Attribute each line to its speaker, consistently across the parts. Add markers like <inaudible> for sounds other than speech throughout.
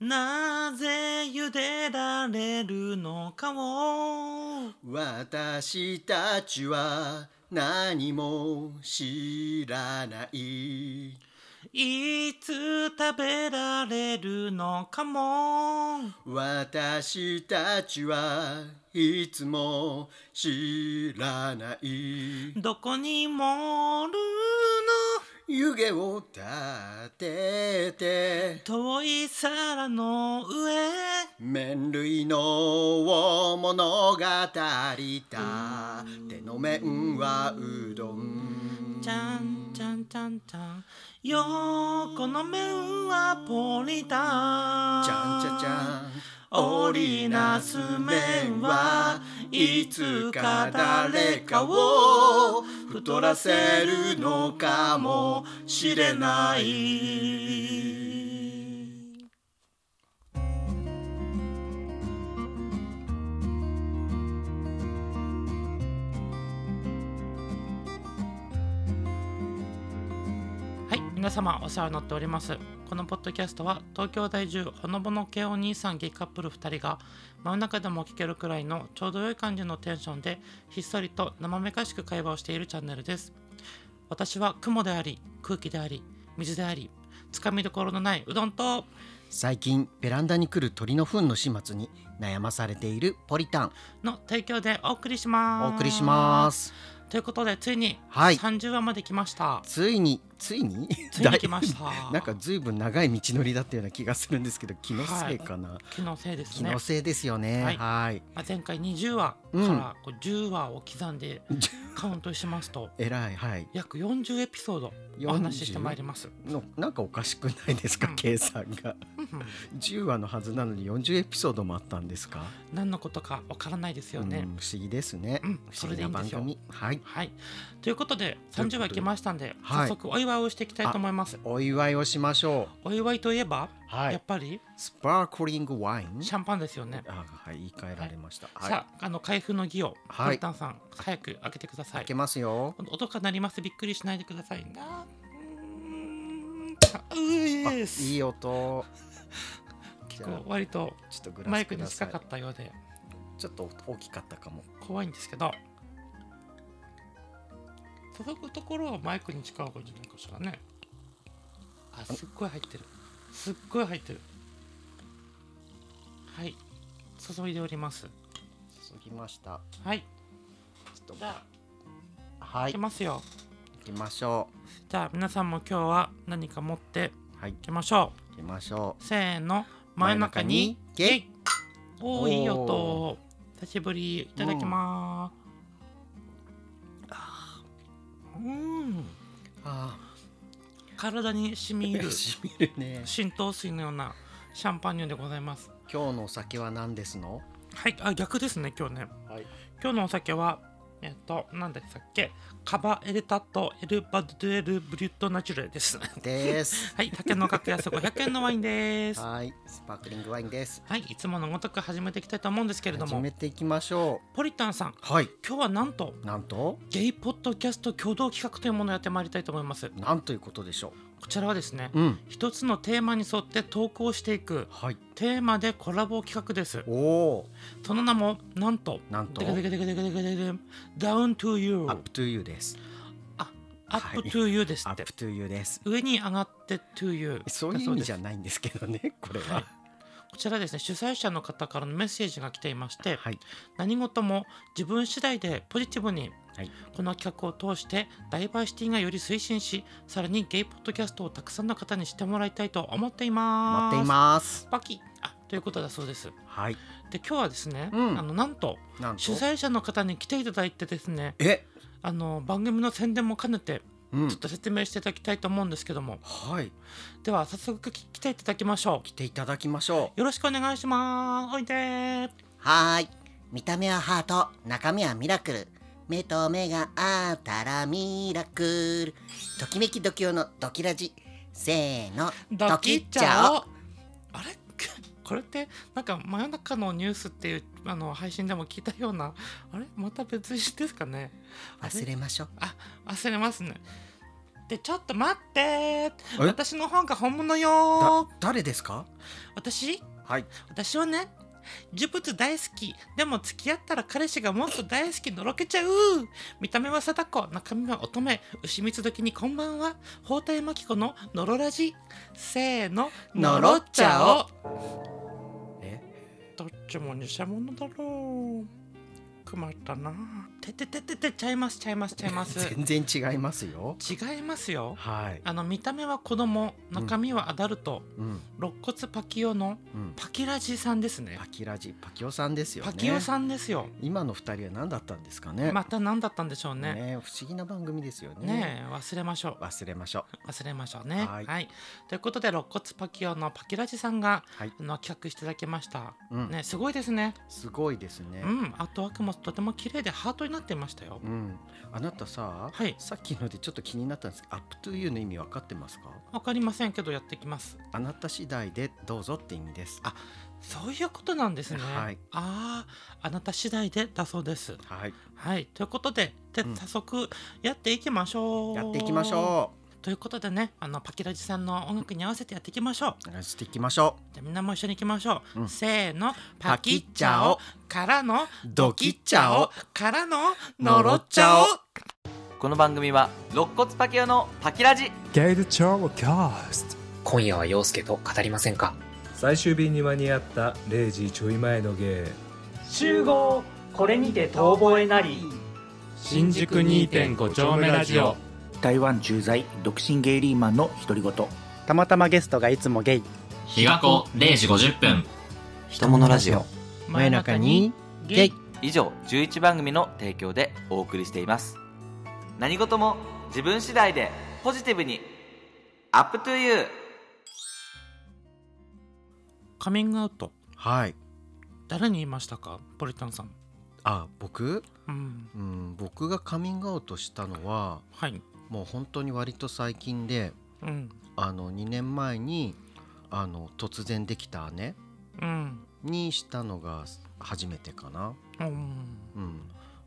Speaker 1: なぜ茹でられるのかを
Speaker 2: 私たちは何も知らない
Speaker 1: いつ食べられるのかも
Speaker 2: 私たちはいつも知らない
Speaker 1: どこにもおる
Speaker 2: 湯気を立てて
Speaker 1: の遠い皿の上
Speaker 2: 麺類の物語手の麺はうどん
Speaker 1: ちゃんちゃんちゃんちゃん横の面はポリタン
Speaker 2: ちゃんちゃちゃん
Speaker 1: 織りなす面はいつか誰かを太らせるのかもしれないはい、皆様お世話になっております。このポッドキャストは東京在住ほのぼの系お兄さんゲイカップル2人が真ん中でも聞けるくらいのちょうど良い感じのテンションでひっそりと生めかしく会話をしているチャンネルです。私は雲であり空気であり水でありつかみどころのないうどんと
Speaker 2: 最近ベランダに来る鳥の糞の始末に悩まされているポリタン
Speaker 1: の提供でお送りします。
Speaker 2: お送りします
Speaker 1: す。ということでついに
Speaker 2: はい
Speaker 1: 30話まで来ました。
Speaker 2: ついについに
Speaker 1: ついに来ました。
Speaker 2: なんかずいぶん長い道のりだったような気がするんですけど気のせいかな、
Speaker 1: 気のせいです
Speaker 2: 気
Speaker 1: ね
Speaker 2: の。せいですよね
Speaker 1: はい
Speaker 2: はい
Speaker 1: まあ、前回20話からこう10話を刻んで
Speaker 2: うん
Speaker 1: カウントしますと <laughs>
Speaker 2: えらいはい
Speaker 1: 約40エピソードお話ししてまいります。
Speaker 2: のなんかおかしくないですか
Speaker 1: うん
Speaker 2: 計算が
Speaker 1: うん
Speaker 2: 10話のはずなのに40エピソードもあったんですか、
Speaker 1: 何のことかわからないです
Speaker 2: う
Speaker 1: よ
Speaker 2: ん、不
Speaker 1: ね。
Speaker 2: 思議ですね、
Speaker 1: うん
Speaker 2: 不
Speaker 1: そ
Speaker 2: 思
Speaker 1: れ
Speaker 2: 議
Speaker 1: でい
Speaker 2: ない
Speaker 1: んで
Speaker 2: 番
Speaker 1: すよ。
Speaker 2: 組はい
Speaker 1: はい、ということで30話来ましたんで
Speaker 2: は
Speaker 1: 早
Speaker 2: い
Speaker 1: 速お祝いをしていきたいと思います。
Speaker 2: お祝いをしましょ
Speaker 1: お祝いといえば、
Speaker 2: うは
Speaker 1: やっ
Speaker 2: い
Speaker 1: ぱり
Speaker 2: スパークリングワイン
Speaker 1: シャンパンですよね。
Speaker 2: あはい言い換えられました、はい
Speaker 1: さああの開封の儀を、
Speaker 2: はい
Speaker 1: ポリタンさん早く開けてくださ
Speaker 2: 開
Speaker 1: い
Speaker 2: け。ますよ
Speaker 1: 音が鳴りますびっくりしないでくださいな。う
Speaker 2: あ
Speaker 1: ーんうす
Speaker 2: いい音
Speaker 1: 結構割と
Speaker 2: ちょっとグラス
Speaker 1: マイクに
Speaker 2: くだ
Speaker 1: 近
Speaker 2: さい
Speaker 1: かったようで
Speaker 2: ちょっと大きかったかも
Speaker 1: 怖いんですけど届くところはマイクに近い方がいいんじゃないかしらねあすっごい入ってるすっごい入ってるはい注いでおります
Speaker 2: 注ぎました
Speaker 1: はい
Speaker 2: ちょっ
Speaker 1: じ
Speaker 2: と
Speaker 1: ゃ
Speaker 2: は
Speaker 1: あ
Speaker 2: い
Speaker 1: いき
Speaker 2: 行
Speaker 1: ますよ
Speaker 2: きましょ
Speaker 1: じゃあ皆さんも今日は何か持って
Speaker 2: うは
Speaker 1: い
Speaker 2: い
Speaker 1: きましょ
Speaker 2: 行きましょ
Speaker 1: うせーの真ん中に
Speaker 2: 真ん中に
Speaker 1: ゲイお
Speaker 2: お
Speaker 1: お
Speaker 2: ー
Speaker 1: いい音久しぶりいただきまーす、あーうん
Speaker 2: うあ
Speaker 1: 体に染み入
Speaker 2: ー
Speaker 1: る
Speaker 2: しみるね
Speaker 1: 浸透水のようなシャンパンニュでございます
Speaker 2: 今日のお酒は何ですの
Speaker 1: はいあ逆ですね今日ね
Speaker 2: はい
Speaker 1: 今日のお酒はえっと何でしたっけカバエレタとエルバドゥエルブリュットナチュレです <laughs>
Speaker 2: です <laughs>
Speaker 1: はい竹の格安500円のワインですは
Speaker 2: はいスパークリングワインです
Speaker 1: いいつものごとく始めていきたいと思うんですけれど
Speaker 2: 始
Speaker 1: も
Speaker 2: めていきましょ
Speaker 1: ポリタンさん
Speaker 2: うはい
Speaker 1: 今日はなんと
Speaker 2: なんと
Speaker 1: ゲイポッドキャスト共同企画というものをやってまいりたいと思います
Speaker 2: なんということでしょ
Speaker 1: こちらはですね
Speaker 2: ううん
Speaker 1: 一つのテーマに沿って投稿していく
Speaker 2: はい
Speaker 1: テーマでコラボ企画です
Speaker 2: おお
Speaker 1: その名もなんと
Speaker 2: なんと
Speaker 1: デカデカデカデカデカデカダウントゥーユ
Speaker 2: アッ
Speaker 1: ー
Speaker 2: プトゥーユーです
Speaker 1: アップトゥーユーです
Speaker 2: ア
Speaker 1: っ
Speaker 2: ッ
Speaker 1: て
Speaker 2: プトゥーユーです
Speaker 1: 上に上がってトゥーユー
Speaker 2: そういう意味じゃ
Speaker 1: ん
Speaker 2: ないんですけどねこれ
Speaker 1: はい
Speaker 2: は
Speaker 1: こちらですね主催者の方からのメッセージが来ていまして
Speaker 2: はい
Speaker 1: 何事も自分次第でポジティブに
Speaker 2: はい
Speaker 1: この企画を通してダイバーシティがより推進しさらにゲイポッドキャストをたくさんの方にしてもらいたいと思っています
Speaker 2: 待っています
Speaker 1: パキッあということだそうです
Speaker 2: はい
Speaker 1: で今日はですね、
Speaker 2: うん
Speaker 1: あのなんと
Speaker 2: なんと
Speaker 1: 主催者の方に来ていただいてですね
Speaker 2: え
Speaker 1: あの番組の宣伝も兼ねて
Speaker 2: うん
Speaker 1: ちょっと説明していただきたいと思うんですけども
Speaker 2: はい
Speaker 1: では早速聞きていただきましょ
Speaker 2: 来ていただきましょ
Speaker 1: うよろしくお願いしますおいでー
Speaker 2: うはーい見た目はハート中身はミラクル目と目があったらミラクルときめきドキオのドキラジせーの
Speaker 1: ドキッチャオあれ <laughs> これってなんか真夜中のニュースっていうあの配信でも聞いたようなあれまた別人ですかねあれ
Speaker 2: 忘れましょう
Speaker 1: 忘れますねってちょっと待って
Speaker 2: え
Speaker 1: 私の本が本物よ
Speaker 2: だ誰ですか
Speaker 1: 私
Speaker 2: はい
Speaker 1: 私はね呪物大好きでも付き合ったら彼氏がもっと大好きのろけちゃう見た目は貞子中身は乙女牛蜜時にこんばんは包帯真紀子ののろラジせーの
Speaker 2: のろっちゃ
Speaker 1: お
Speaker 2: え
Speaker 1: どっちも偽物だろう困ったなてててててちゃいますちゃいますちゃいます
Speaker 2: <laughs> 全然違いますよ
Speaker 1: 違いますよ
Speaker 2: はい
Speaker 1: あの見た目は子供中身はアダルト、
Speaker 2: うん
Speaker 1: 肋骨パキオの
Speaker 2: うん
Speaker 1: パキラジさんですね
Speaker 2: パキラジパキオさんですよね
Speaker 1: パキオさんですよ
Speaker 2: 今の二人は何だったんですかね
Speaker 1: また何だったんでしょうね。ね
Speaker 2: ね不思議な番組ですよね
Speaker 1: え忘れましょ
Speaker 2: 忘れましょう
Speaker 1: う忘れましょうね。は
Speaker 2: はいい
Speaker 1: ということで肋骨パキオのパキラジさんが、
Speaker 2: はい
Speaker 1: あの企画していただきました。
Speaker 2: うん
Speaker 1: ねすごいですね。
Speaker 2: すごいですね
Speaker 1: うんアートワークもとても綺麗でハートになっていましたよ。
Speaker 2: うんあなたさ
Speaker 1: はい
Speaker 2: さっきのでちょっと気になったんですけど「アップトゥーユー」の意味分かってますか
Speaker 1: わかりませんけどやってきます。
Speaker 2: あなた次第でどうぞって意味ですあ
Speaker 1: そういうことなんですね。
Speaker 2: はい
Speaker 1: あああなた次第でだそうです。
Speaker 2: はい
Speaker 1: はいということでで
Speaker 2: うん
Speaker 1: 早速やっていきましょう。
Speaker 2: やっていきましょ
Speaker 1: う。ということでねあのパキラジさんの音楽に合わせてやっていきましょう。
Speaker 2: うしていきましょ
Speaker 1: じゃあみんなも一緒に行きましょう、
Speaker 2: うん
Speaker 1: せーのパ
Speaker 2: パ
Speaker 1: キ
Speaker 2: キ
Speaker 1: ッ
Speaker 2: ッ
Speaker 1: チ
Speaker 2: チ
Speaker 1: ャ
Speaker 2: ャ
Speaker 1: オ
Speaker 2: オ
Speaker 1: からの
Speaker 2: う
Speaker 1: ド
Speaker 2: ド
Speaker 1: キ
Speaker 2: キ
Speaker 1: ッチ
Speaker 2: ッチ
Speaker 1: ャ
Speaker 2: ャ
Speaker 1: オ
Speaker 2: オ
Speaker 1: からのの
Speaker 2: の
Speaker 1: ろ
Speaker 2: ろ
Speaker 1: っ
Speaker 2: っ
Speaker 1: ち
Speaker 2: ち
Speaker 1: ゃ
Speaker 2: ゃ
Speaker 1: お
Speaker 2: お
Speaker 3: この番組は肋骨パキオのパキラジ
Speaker 4: ゲイルチャーキャスト
Speaker 5: 今夜は陽介と語りませんか
Speaker 4: 最終便に間に合った0時ちょい前のゲイ
Speaker 6: 集合これにて遠吠えなり
Speaker 7: 新宿2.5丁目ラジオ
Speaker 8: 台湾駐在独身ゲイリーマンの独り言
Speaker 9: たまたまゲストがいつもゲイ
Speaker 7: 日が子0時50分
Speaker 3: 人物ラジオ
Speaker 1: 真夜中にゲイ
Speaker 3: 以上11番組の提供でお送りしています何事も自分次第でポジティブにアップトゥユー
Speaker 1: カミングアウト
Speaker 2: はい
Speaker 1: 誰に言いましたかポリタンさん
Speaker 2: あ僕
Speaker 1: うん
Speaker 2: うん僕がカミングアウトしたのは
Speaker 1: はい
Speaker 2: もう本当に割と最近で
Speaker 1: うん
Speaker 2: あの2年前にあの突然できた姉
Speaker 1: うん
Speaker 2: にしたのが初めてかな
Speaker 1: うん
Speaker 2: うん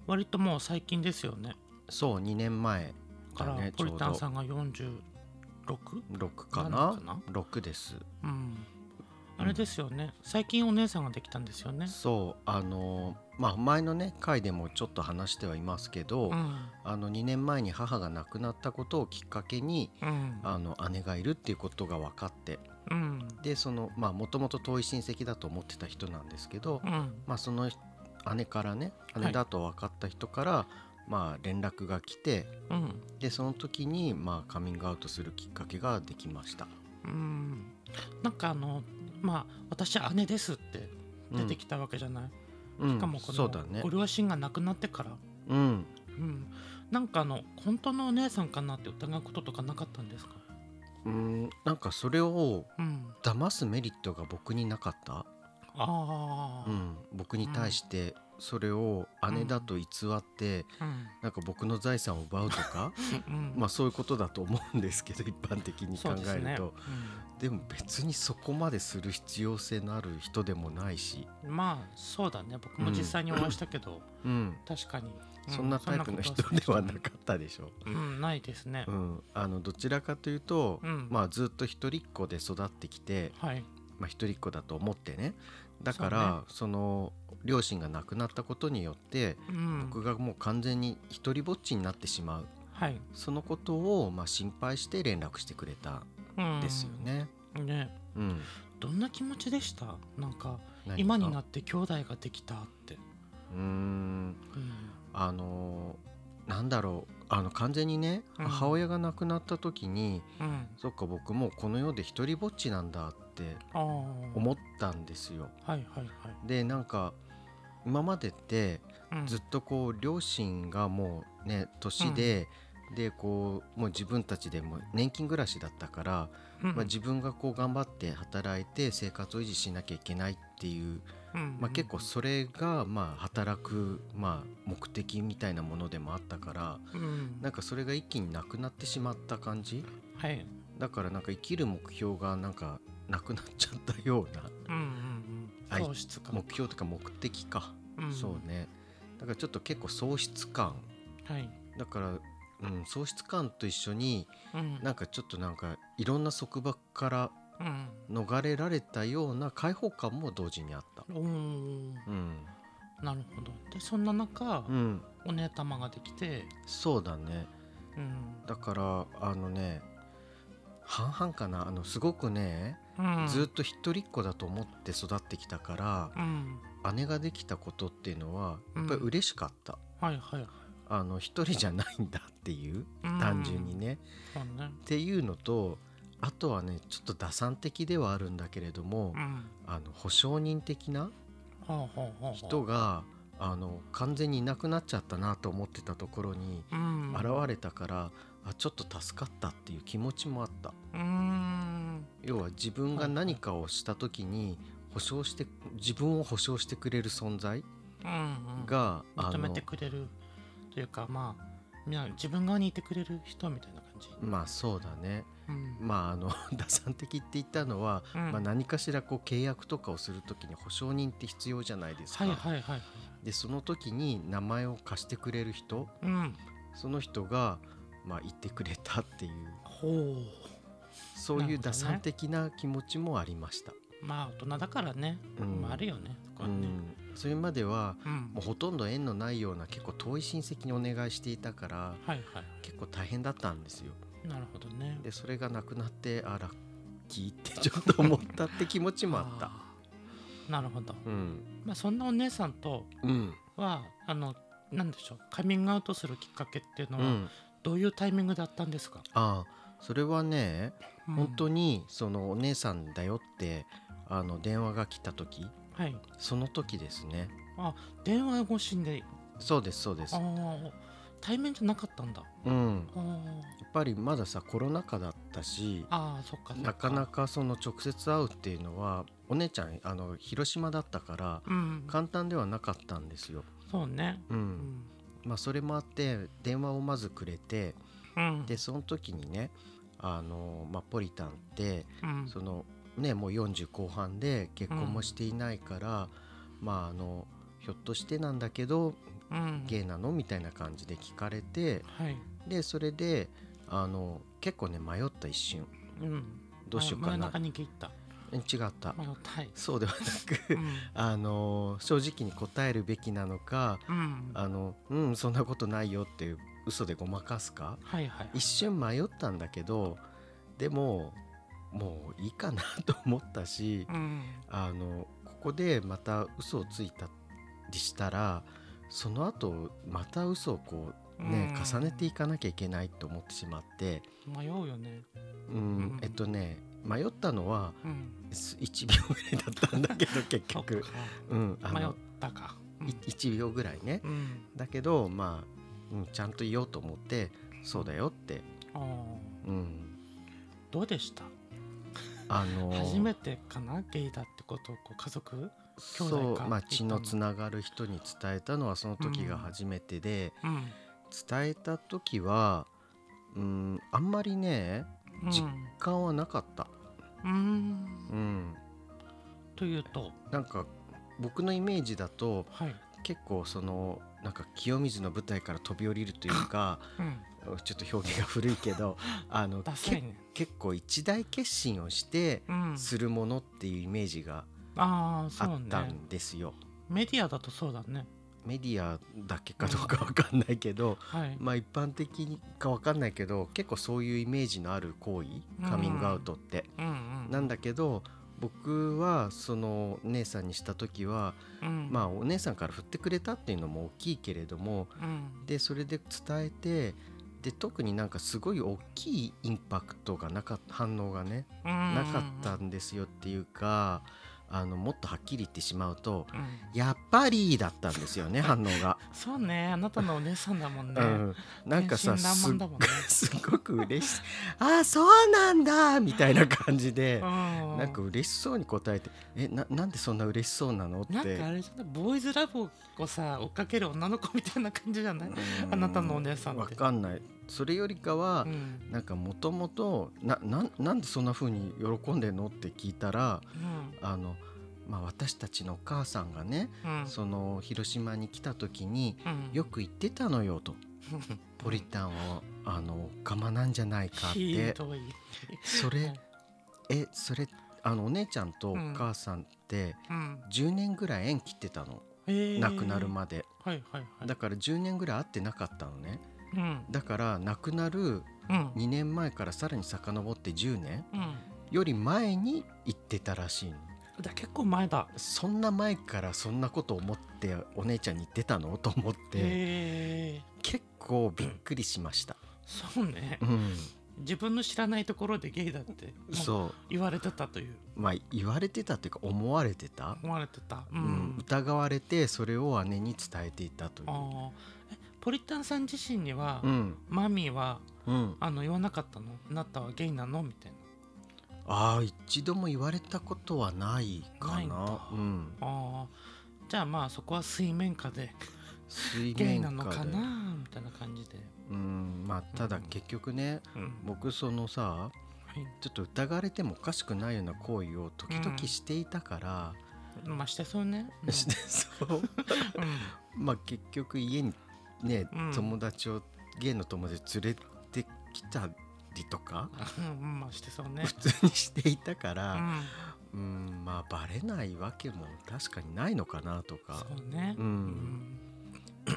Speaker 1: 割ともう最近ですよね
Speaker 2: そう2年前
Speaker 1: か
Speaker 2: だ
Speaker 1: ら
Speaker 2: ねち
Speaker 1: ポリ
Speaker 2: ょう
Speaker 1: タン
Speaker 2: ど
Speaker 1: さんが 46?
Speaker 2: 6か
Speaker 1: な
Speaker 2: なん
Speaker 1: かな
Speaker 2: 6です
Speaker 1: うんあれですよね最近お姉さんができたんですよね
Speaker 2: そうあのまあ前のね回でもちょっと話してはいますけど、
Speaker 1: うん
Speaker 2: あの2年前に母が亡くなったことをきっかけに
Speaker 1: うん
Speaker 2: あの姉がいるっていうことが分かって
Speaker 1: うん
Speaker 2: でそのまあもともと遠い親戚だと思ってた人なんですけど、
Speaker 1: うん
Speaker 2: まあ、その姉からね
Speaker 1: はい
Speaker 2: 姉だと分かった人から、まあ連絡が来て
Speaker 1: うん
Speaker 2: でその時にまあカミングアウトするきっかけができました。
Speaker 1: うんなんかあのまあ私姉ですって出てきたわけじゃない、
Speaker 2: うん
Speaker 1: しかもこ
Speaker 2: うんそうだ
Speaker 1: の、
Speaker 2: ね
Speaker 1: ご両親が亡くなってから、
Speaker 2: うん
Speaker 1: うん、なんかあの本当のお姉さんかなって疑うこととかなかったんですか、
Speaker 2: うんなんかそれを
Speaker 1: うん、
Speaker 2: 騙すメリットが僕になかった、
Speaker 1: ああ、
Speaker 2: うん、僕に対してそれを姉だと偽って、
Speaker 1: うん
Speaker 2: なんか僕の財産を奪うと
Speaker 1: <laughs>
Speaker 2: か
Speaker 1: うん
Speaker 2: まあそういうことだと思うんですけど一般的に考
Speaker 1: そうです
Speaker 2: え
Speaker 1: ね
Speaker 2: るとで,、も別にそこまでする必要性のある人でもないし、
Speaker 1: うんまあそうだね僕も実際にお会いしたけど、
Speaker 2: うん、
Speaker 1: 確かに、う
Speaker 2: そんなタイプの人ではなかったでしょ
Speaker 1: た、うん、ないですね、
Speaker 2: う、ん、あのどちらかというと、
Speaker 1: うん
Speaker 2: まあずっと一人っ子で育ってきて、
Speaker 1: はい、
Speaker 2: まあ、一人っ子だと思ってねだからそ,、の両親が亡くなったことによって
Speaker 1: うん、
Speaker 2: 僕がもう完全に一人ぼっちになってしまう
Speaker 1: はい、
Speaker 2: そのことをまあ心配して連絡してくれた
Speaker 1: うん
Speaker 2: んですよね。
Speaker 1: ね
Speaker 2: うん、
Speaker 1: どんな気持ちでしたなんか
Speaker 2: 何か
Speaker 1: 今になって兄弟ができたって、
Speaker 2: うー
Speaker 1: う
Speaker 2: ん
Speaker 1: ん
Speaker 2: あのーなんだろうあの完全にね、
Speaker 1: うん
Speaker 2: 母親が亡くなった時に
Speaker 1: うん、
Speaker 2: そっか僕もうこの世で一人ぼっちなんだって
Speaker 1: ああ
Speaker 2: 思ったんですよ。
Speaker 1: はいはいはい、
Speaker 2: でなんか今までって
Speaker 1: うん、
Speaker 2: ずっとこう両親がもうね年で、でこうもう自分たちでもう年金暮らしだったから、
Speaker 1: うん
Speaker 2: まあ、自分がこう頑張って働いて生活を維持しなきゃいけないっていう
Speaker 1: うん
Speaker 2: まあ、結構それがまあ働くまあ目的みたいなものでもあったから
Speaker 1: うん
Speaker 2: なんかそれが一気になくなってしまった感じ
Speaker 1: はい
Speaker 2: だからなんか生きる目標がなんかなくなっちゃったような
Speaker 1: うんうんう
Speaker 2: は
Speaker 1: ん
Speaker 2: い
Speaker 1: 喪失感
Speaker 2: 目標とか目的か、
Speaker 1: うん
Speaker 2: そうねだからちょっと結構喪失感
Speaker 1: はい
Speaker 2: だからうん、喪失感と一緒に
Speaker 1: うん
Speaker 2: なんかちょっとなんかいろんな束縛から
Speaker 1: うん
Speaker 2: 逃れられたような解放感も同時にあった。
Speaker 1: おー
Speaker 2: うん、
Speaker 1: なるほどでそんな中、
Speaker 2: うん、
Speaker 1: お姉様ができて、
Speaker 2: そうだね。
Speaker 1: うん
Speaker 2: だからあのね半々かなあのすごくね、
Speaker 1: うん、
Speaker 2: ずっと一人っ子だと思って育ってきたから、
Speaker 1: うん、
Speaker 2: 姉ができたことっていうのは
Speaker 1: うん
Speaker 2: やっぱり嬉しかった、
Speaker 1: はいはいはい
Speaker 2: あの一人じゃないんだっていう、
Speaker 1: うん
Speaker 2: 単純にね。
Speaker 1: そうね
Speaker 2: っていうのとあとはねちょっと打算的ではあるんだけれども、
Speaker 1: うんは
Speaker 2: あの保証人的な
Speaker 1: あはあはあはあ
Speaker 2: 人があの完全にいなくなっちゃったなと思ってたところに
Speaker 1: うん
Speaker 2: 現れたから、あちょっと助かったっていう気持ちもあった。
Speaker 1: うーん
Speaker 2: 要は自分が何かをした時に保証して自分を保証してくれる存在
Speaker 1: うんうん
Speaker 2: が、あ
Speaker 1: 認め
Speaker 2: の
Speaker 1: てくれるというかまあみんな自分側にいてくれる人みたいな感じ、
Speaker 2: まあそうだね
Speaker 1: うん
Speaker 2: まああの <laughs> 打算的って言ったのは、
Speaker 1: うん
Speaker 2: まあ、何かしらこう契約とかをする時に保証人って必要じゃないですか。
Speaker 1: はいはいはいはい
Speaker 2: でその時に名前を貸してくれる人
Speaker 1: うん
Speaker 2: その人が、まあ、言ってくれたっていう
Speaker 1: ほ
Speaker 2: そう
Speaker 1: なる
Speaker 2: い
Speaker 1: ほ
Speaker 2: う
Speaker 1: どね
Speaker 2: 打算的な気持ちもありました。
Speaker 1: うまあ大人だからね、
Speaker 2: うん
Speaker 1: まあ、あるよねそこはね
Speaker 2: うんそれまでは
Speaker 1: うん、
Speaker 2: もうほとんど縁のないような結構遠い親戚にお願いしていたから
Speaker 1: はいはい
Speaker 2: 結構大変だったんですよ
Speaker 1: なるほどね
Speaker 2: でそれがなくなってあら聞いてちょっと思ったって気持ちもあった
Speaker 1: あーなるほど、
Speaker 2: うん
Speaker 1: まあ、そんなお姉さんと
Speaker 2: うん
Speaker 1: はあのなんでしょうカミングアウトするきっかけっていうの
Speaker 2: う
Speaker 1: は、
Speaker 2: ん
Speaker 1: どういうタイミングだったんですか、
Speaker 2: ああそれはね
Speaker 1: うん
Speaker 2: 本当にそのお姉さんだよってあの電話が来た時
Speaker 1: はい
Speaker 2: その時ですね
Speaker 1: 電話越しで
Speaker 2: そうですそうです
Speaker 1: ああ対面じゃなかったんだ
Speaker 2: うん
Speaker 1: あー
Speaker 2: やっぱりまださコロナ禍だったし
Speaker 1: あーそっかそっ
Speaker 2: なかなかその直接会うっていうのはお姉ちゃんあの広島だったから
Speaker 1: うん
Speaker 2: 簡単ではなかったんですよ。
Speaker 1: そうね
Speaker 2: う
Speaker 1: うんん
Speaker 2: まあ、それもあって電話をまずくれて
Speaker 1: うん
Speaker 2: でその時にねあの、まあ、ポリタンって
Speaker 1: うん
Speaker 2: その、ね、もう40後半で結婚もしていないから、まあ、あのひょっとしてなんだけど
Speaker 1: うん
Speaker 2: ゲイなのみたいな感じで聞かれて
Speaker 1: はい
Speaker 2: でそれであの結構ね迷った一瞬
Speaker 1: うん
Speaker 2: どうしよう
Speaker 1: あ
Speaker 2: か
Speaker 1: 真ん
Speaker 2: な
Speaker 1: 中に切った
Speaker 2: え違った
Speaker 1: 真ん中
Speaker 2: <laughs>
Speaker 1: はい
Speaker 2: そうではな
Speaker 1: う
Speaker 2: く
Speaker 1: ん
Speaker 2: あの正直に答えるべきなのか
Speaker 1: うん
Speaker 2: あのうんそんなことないよっていう嘘でごまかすか
Speaker 1: はいはい
Speaker 2: 一瞬迷ったんだけどでももういいかなと思ったし
Speaker 1: うん
Speaker 2: あのここでまた嘘をついたりしたらその後また嘘をこうね
Speaker 1: うん
Speaker 2: 重ねていかなきゃいけないと思ってしまって
Speaker 1: 迷うよね
Speaker 2: う
Speaker 1: うん
Speaker 2: んえっとね迷ったのは
Speaker 1: うん
Speaker 2: す1秒ぐらいだったんだけど結
Speaker 1: そっか
Speaker 2: 局うんあ
Speaker 1: 迷っ
Speaker 2: の
Speaker 1: たかうん
Speaker 2: い1秒ぐらいね
Speaker 1: うん
Speaker 2: だけどまあ、うん、ちゃんと言おうと思ってそうだよって、
Speaker 1: あー
Speaker 2: うん、
Speaker 1: どうでした
Speaker 2: あのー
Speaker 1: 初めてかなゲイだってことをこう家族兄弟
Speaker 2: そう
Speaker 1: か
Speaker 2: まあ、血のつながる人に伝えたのはその時が初めてで、
Speaker 1: うん
Speaker 2: 伝えた時はうんあんまりね
Speaker 1: うん
Speaker 2: 実感はなかった、
Speaker 1: うん
Speaker 2: うん、
Speaker 1: というと
Speaker 2: なんか僕のイメージだと
Speaker 1: はい
Speaker 2: 結構そのなんか清水の舞台から飛び降りるという
Speaker 1: <laughs>
Speaker 2: か
Speaker 1: うん
Speaker 2: ちょっと表現が古いけどあの
Speaker 1: ダサいね
Speaker 2: け結構一大決心をして
Speaker 1: うん
Speaker 2: するものっていうイメージが
Speaker 1: ああそ
Speaker 2: あ
Speaker 1: う
Speaker 2: った
Speaker 1: ね
Speaker 2: んですよ。
Speaker 1: メディアだとそうだね
Speaker 2: メディアだけかどうかわかんないけど、
Speaker 1: はい
Speaker 2: まあ一般的かわかんないけど結構そういうイメージのある行為
Speaker 1: うん
Speaker 2: カミングアウトって。
Speaker 1: うんうん
Speaker 2: なんだけど僕はそのお姉さんにした時は、
Speaker 1: うん
Speaker 2: まあお姉さんから振ってくれたっていうのも大きいけれども
Speaker 1: うん
Speaker 2: でそれで伝えてで特になんかすごい大きいインパクトがなかっ反応がねなかったんですよっていうかあのもっとはっきり言ってしまうと
Speaker 1: うん
Speaker 2: やっぱりだったんです
Speaker 1: <laughs>
Speaker 2: よね反応が。
Speaker 1: そうねあなたのお姉さんだもんね
Speaker 2: うん、なんかさ
Speaker 1: 天真
Speaker 2: す
Speaker 1: 爛漫だもんね
Speaker 2: す <laughs> ごく嬉しい「ああそうなんだ」みたいな感じで
Speaker 1: う。ん
Speaker 2: なんか嬉しそうに答えて「えななんでそんな嬉しそうなの?」って
Speaker 1: なんかあれじゃないボーイズラブをさ追っかける女の子みたいな感じじゃない
Speaker 2: うん
Speaker 1: あなたのお姉さん
Speaker 2: わ
Speaker 1: って
Speaker 2: かんないそれよりかは、
Speaker 1: うん
Speaker 2: なんかもともとななんなんでそんな風に喜んでんのって聞いたら
Speaker 1: うん
Speaker 2: あの、まあ、私たちのお母さんがね、
Speaker 1: うん
Speaker 2: その広島に来た時に
Speaker 1: うん
Speaker 2: よく行ってたのよと。ポリタンをあのガマなんじゃないかっ
Speaker 1: ひ
Speaker 2: て
Speaker 1: どい。
Speaker 2: それえそれあのお姉ちゃんとお母さんって
Speaker 1: うん。
Speaker 2: 10年ぐらい縁切ってたの、
Speaker 1: えー
Speaker 2: 亡くなるまで
Speaker 1: はいはいはい。
Speaker 2: だから10年ぐらい会ってなかったのね
Speaker 1: うん。
Speaker 2: だから亡くなる
Speaker 1: うん。
Speaker 2: 2年前からさらに遡って10年
Speaker 1: うん。
Speaker 2: より前に行ってたらしいの
Speaker 1: だ結構前だ。
Speaker 2: そんな前からそんなこと思ってお姉ちゃんに言ってたのと思って
Speaker 1: へえ。
Speaker 2: 結構びっくりしました、
Speaker 1: そうね
Speaker 2: う。ん、
Speaker 1: 自分の知らないところでゲイだってもう
Speaker 2: そう
Speaker 1: 言われてたという
Speaker 2: まあ言われてたというか思われてた、
Speaker 1: 思われてた。う
Speaker 2: うん
Speaker 1: ん。
Speaker 2: 疑われてそれを姉に伝えていたという
Speaker 1: ああ。えポリタンさん自身には、
Speaker 2: うん
Speaker 1: マミーは
Speaker 2: うん、
Speaker 1: あの言わなかったのあなたはゲイなのみたいな。
Speaker 2: ああ一度も言われたことはないか
Speaker 1: ないんだ
Speaker 2: なうん、
Speaker 1: ああ。じゃあまあそこは水面下で
Speaker 2: 水面下で
Speaker 1: ゲイなのかなみたいな感じで。
Speaker 2: うんまあただ結局ね、
Speaker 1: うん。
Speaker 2: 僕そのさ
Speaker 1: はい。
Speaker 2: ちょっと疑われてもおかしくないような行為を時々していたから、 <laughs>
Speaker 1: まあしてそうね。うん
Speaker 2: してそう
Speaker 1: うん
Speaker 2: <laughs> まあ結局家にね、
Speaker 1: うん
Speaker 2: 友達をゲイの友達連れてきたりとか
Speaker 1: うん、まあしてそうね。
Speaker 2: 普通にしていたか
Speaker 1: う
Speaker 2: ら、
Speaker 1: ん、
Speaker 2: うん、まあバレないわけも確かにないのかなとか
Speaker 1: そうね。
Speaker 2: うん
Speaker 1: <clears throat>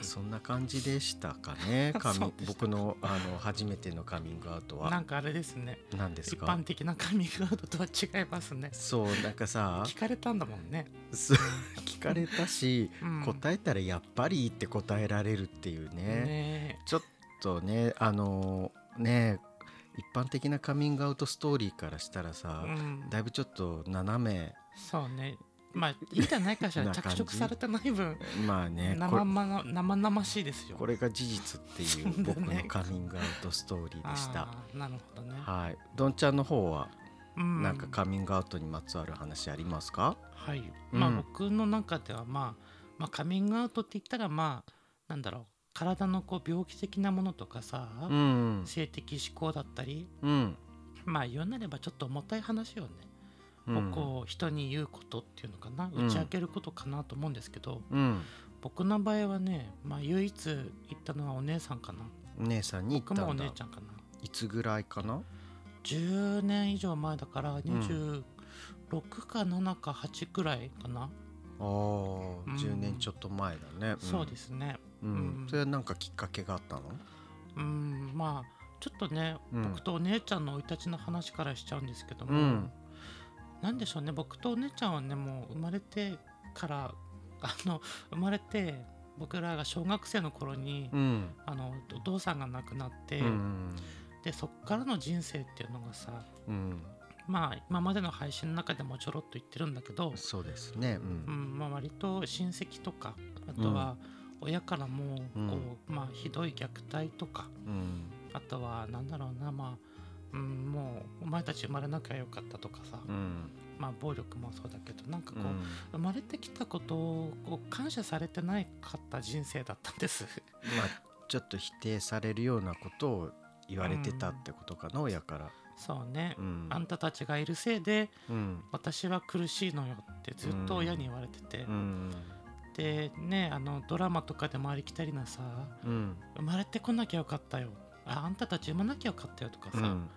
Speaker 2: そんな感じでしたか
Speaker 1: <laughs>
Speaker 2: ねカミ
Speaker 1: そうでしたか
Speaker 2: 僕のあの初めてのカミングアウト
Speaker 1: うんな
Speaker 2: は
Speaker 1: んかあれですね。
Speaker 2: 何です
Speaker 1: 一
Speaker 2: か
Speaker 1: 般的なカミングアウトとは違いますね。
Speaker 2: そうなんかさ
Speaker 1: 聞かれたんだもんね。
Speaker 2: そう <laughs> 聞かれたし、
Speaker 1: うん
Speaker 2: 答えたらやっぱりって答えられるっていうね
Speaker 1: ね
Speaker 2: ちょっとねあのね一般的なカミングアウトストーリーからしたら
Speaker 1: え
Speaker 2: さ、
Speaker 1: うん、
Speaker 2: だいぶちょっと斜め
Speaker 1: そうね。まあいいんじゃないかしら
Speaker 2: な感
Speaker 1: 着
Speaker 2: じ
Speaker 1: 色されてない分、
Speaker 2: まあねこ
Speaker 1: 生
Speaker 2: れ
Speaker 1: 々生々しいですよ。
Speaker 2: これが事実ってい
Speaker 1: そううだ
Speaker 2: 僕
Speaker 1: ね
Speaker 2: のカミングアウトストーリーでした。
Speaker 1: あーなるほどね。
Speaker 2: はい、どんちゃんの方は
Speaker 1: うん
Speaker 2: なんかカミングアウトにまつわる話ありますか、
Speaker 1: はい。まあ、
Speaker 2: うん
Speaker 1: 僕の中ではまあまあカミングアウトって言ったらまあなんだろう体のこう病気的なものとかさ、
Speaker 2: うん
Speaker 1: 性的指向だったり
Speaker 2: うん
Speaker 1: まあ言うなればちょっと重たい話をね、
Speaker 2: うん
Speaker 1: こう人に言うことっていうのかな
Speaker 2: うん
Speaker 1: 打ち明けることかなと思うんですけど、
Speaker 2: うん、
Speaker 1: 僕の場合はね、まあ、唯一言ったのはお姉さんかな
Speaker 2: お姉さんに
Speaker 1: 僕
Speaker 2: 言った
Speaker 1: もお
Speaker 2: んだ
Speaker 1: 姉ちゃんかない
Speaker 2: つぐらいかな
Speaker 1: 10年以上前だから26か7か8くらいかな、
Speaker 2: あー、10年ちょっと前だね、ん
Speaker 1: そうで、すね
Speaker 2: うん
Speaker 1: うん
Speaker 2: それはなんかきっかけがあったの
Speaker 1: うんまあちょっとね、
Speaker 2: うん
Speaker 1: 僕とお姉ちゃんの生い立ちの話からしちゃうんですけども、
Speaker 2: うん
Speaker 1: なんでしょうね僕とお姉ちゃんはねもう生まれてから <laughs> あの生まれて僕らが小学生の頃に、
Speaker 2: うん
Speaker 1: あのお父さんが亡くなって、
Speaker 2: うん
Speaker 1: でそっからの人生っていうのがさ
Speaker 2: うん、
Speaker 1: まあ今までの配信の中でもちょろっと言ってるんだけど、
Speaker 2: そうですね。う。
Speaker 1: うんんまあ、割と親戚とかあとは親からもこう、まあ、ひどい虐待とか
Speaker 2: うん。
Speaker 1: あとはなんだろうなまあ、うん、もうお前たち生まれなきゃよかったとかさ、
Speaker 2: うん。
Speaker 1: まあ、暴力もそうだけどなんかこ
Speaker 2: う
Speaker 1: う、
Speaker 2: ん
Speaker 1: 生まれてきたことをこう感謝されてないかった人生だったんです。 <laughs>
Speaker 2: まあ、ちょっと否定されるようなことを言われてたってことかな、親から。
Speaker 1: そうね、
Speaker 2: うん。
Speaker 1: あんたたちがいるせいで
Speaker 2: うん。
Speaker 1: 私は苦しいのよってずっと親に言われてて、
Speaker 2: うん。
Speaker 1: でねあのドラマとかでもありきたりなさ
Speaker 2: うん。
Speaker 1: 生まれてこなきゃよかったよああんたたち産まなきゃよかったよとか
Speaker 2: う
Speaker 1: さ、
Speaker 2: ん。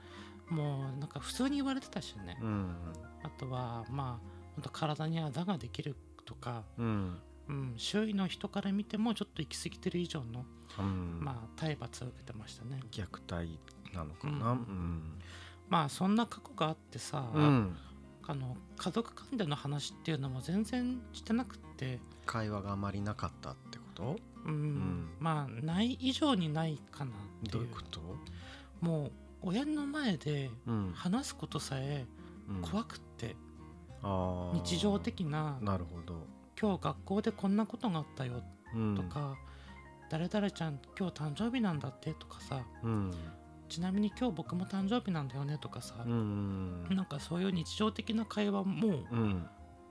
Speaker 1: もうなんか普通に言われてたしね、
Speaker 2: うん。
Speaker 1: あとはまあ本当体にあざができるとか、
Speaker 2: うん。
Speaker 1: うん、周囲の人から見てもちょっと行き過ぎてる以上の、
Speaker 2: うん。
Speaker 1: まあ、体罰を受けてましたね
Speaker 2: 虐待なのかな。
Speaker 1: う
Speaker 2: うん。
Speaker 1: まあそんな過去があってさ、
Speaker 2: うん。
Speaker 1: あの家族間での話っていうのも全然してなくって、
Speaker 2: 会話があまりなかったってこと。
Speaker 1: うん
Speaker 2: ん
Speaker 1: まあない以上にないかなって
Speaker 2: ど
Speaker 1: いう
Speaker 2: いうこと。
Speaker 1: もう親の前で
Speaker 2: うん。
Speaker 1: 話すことさえ
Speaker 2: うん
Speaker 1: 怖くって、
Speaker 2: あー
Speaker 1: 日常的な
Speaker 2: なるほど。
Speaker 1: 今日学校でこんなことがあったよ
Speaker 2: うん
Speaker 1: と。か、誰々ちゃん今日誕生日なんだってとかさ
Speaker 2: うん。
Speaker 1: ちなみに今日僕も誕生日なんだよねとかさ、
Speaker 2: うん。
Speaker 1: なんかそういう日常的な会話もう
Speaker 2: うん。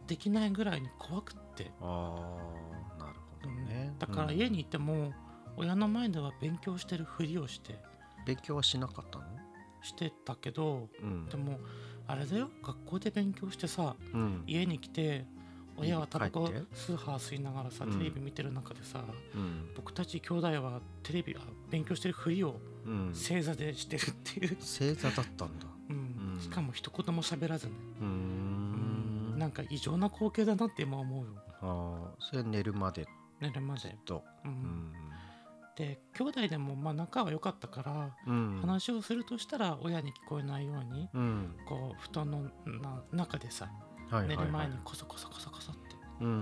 Speaker 1: できないぐらいに怖くって、
Speaker 2: ああなるほどね、
Speaker 1: だから
Speaker 2: うん
Speaker 1: 家にいても親の前では勉強してるふりをして
Speaker 2: 勉強はしなかったの
Speaker 1: してたけど
Speaker 2: うん
Speaker 1: でもあれだよ学校で勉強してさ
Speaker 2: うん
Speaker 1: 家に来て親はタバコ
Speaker 2: 帰って
Speaker 1: スーハー吸いながらさ
Speaker 2: うん
Speaker 1: テレビ見てる中でさ、
Speaker 2: うん
Speaker 1: 僕たち兄弟はテレビあ勉強してるふりを
Speaker 2: うん
Speaker 1: 正座でしてるっていう、
Speaker 2: 正座だったんだ
Speaker 1: うん
Speaker 2: うん
Speaker 1: しかも一言も喋らずね、
Speaker 2: うーん
Speaker 1: なんか異常な光景だなって今思うよ
Speaker 2: ああそれ寝るまで
Speaker 1: 寝るま
Speaker 2: ずっ
Speaker 1: で、
Speaker 2: と
Speaker 1: うん
Speaker 2: うん
Speaker 1: で兄弟でもまあ仲は良かったから、
Speaker 2: うん
Speaker 1: 話をするとしたら親に聞こえないように
Speaker 2: うん
Speaker 1: こう布団のな中でさ
Speaker 2: はいは
Speaker 1: 寝
Speaker 2: いは
Speaker 1: る
Speaker 2: い
Speaker 1: 前にコソコソコソコソって、
Speaker 2: う
Speaker 1: うん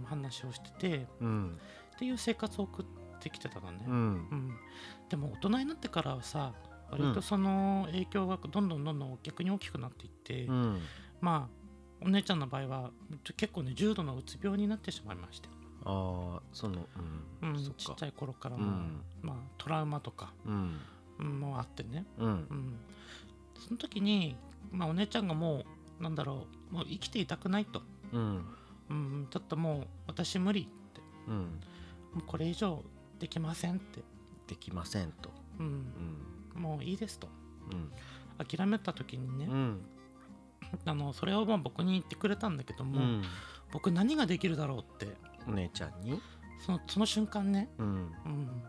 Speaker 1: ん、話をしてて
Speaker 2: うん
Speaker 1: っていう生活を送ってきてたのね、
Speaker 2: うん
Speaker 1: うん、でも大人になってからはさ割とその影響がどんどんどんどん逆に大きくなっていって、
Speaker 2: うん
Speaker 1: まあお姉ちゃんの場合はちょ結構ね重度のうつ病になってしまいました、
Speaker 2: ああその
Speaker 1: う
Speaker 2: う
Speaker 1: んん、
Speaker 2: そっ
Speaker 1: ちっ
Speaker 2: か
Speaker 1: ちゃい頃から
Speaker 2: う
Speaker 1: の、
Speaker 2: ん
Speaker 1: まあ、トラウマとか
Speaker 2: うん
Speaker 1: うんもあってね、
Speaker 2: うん
Speaker 1: うん、その時に、まあ、お姉ちゃんがもうなんだろうもう生きていたくないと、
Speaker 2: うん
Speaker 1: うん、ちょっともう私無理って
Speaker 2: うん
Speaker 1: もうこれ以上できませんって、
Speaker 2: できませんと
Speaker 1: う、
Speaker 2: うんん
Speaker 1: もういいですと
Speaker 2: うん
Speaker 1: 諦めた時にね、
Speaker 2: うん
Speaker 1: あのそれをまあ僕に言ってくれたんだけど
Speaker 2: う
Speaker 1: も、
Speaker 2: ん
Speaker 1: 僕何ができるだろうって
Speaker 2: お姉ちゃんに
Speaker 1: そのその瞬間ね、
Speaker 2: うん
Speaker 1: うん、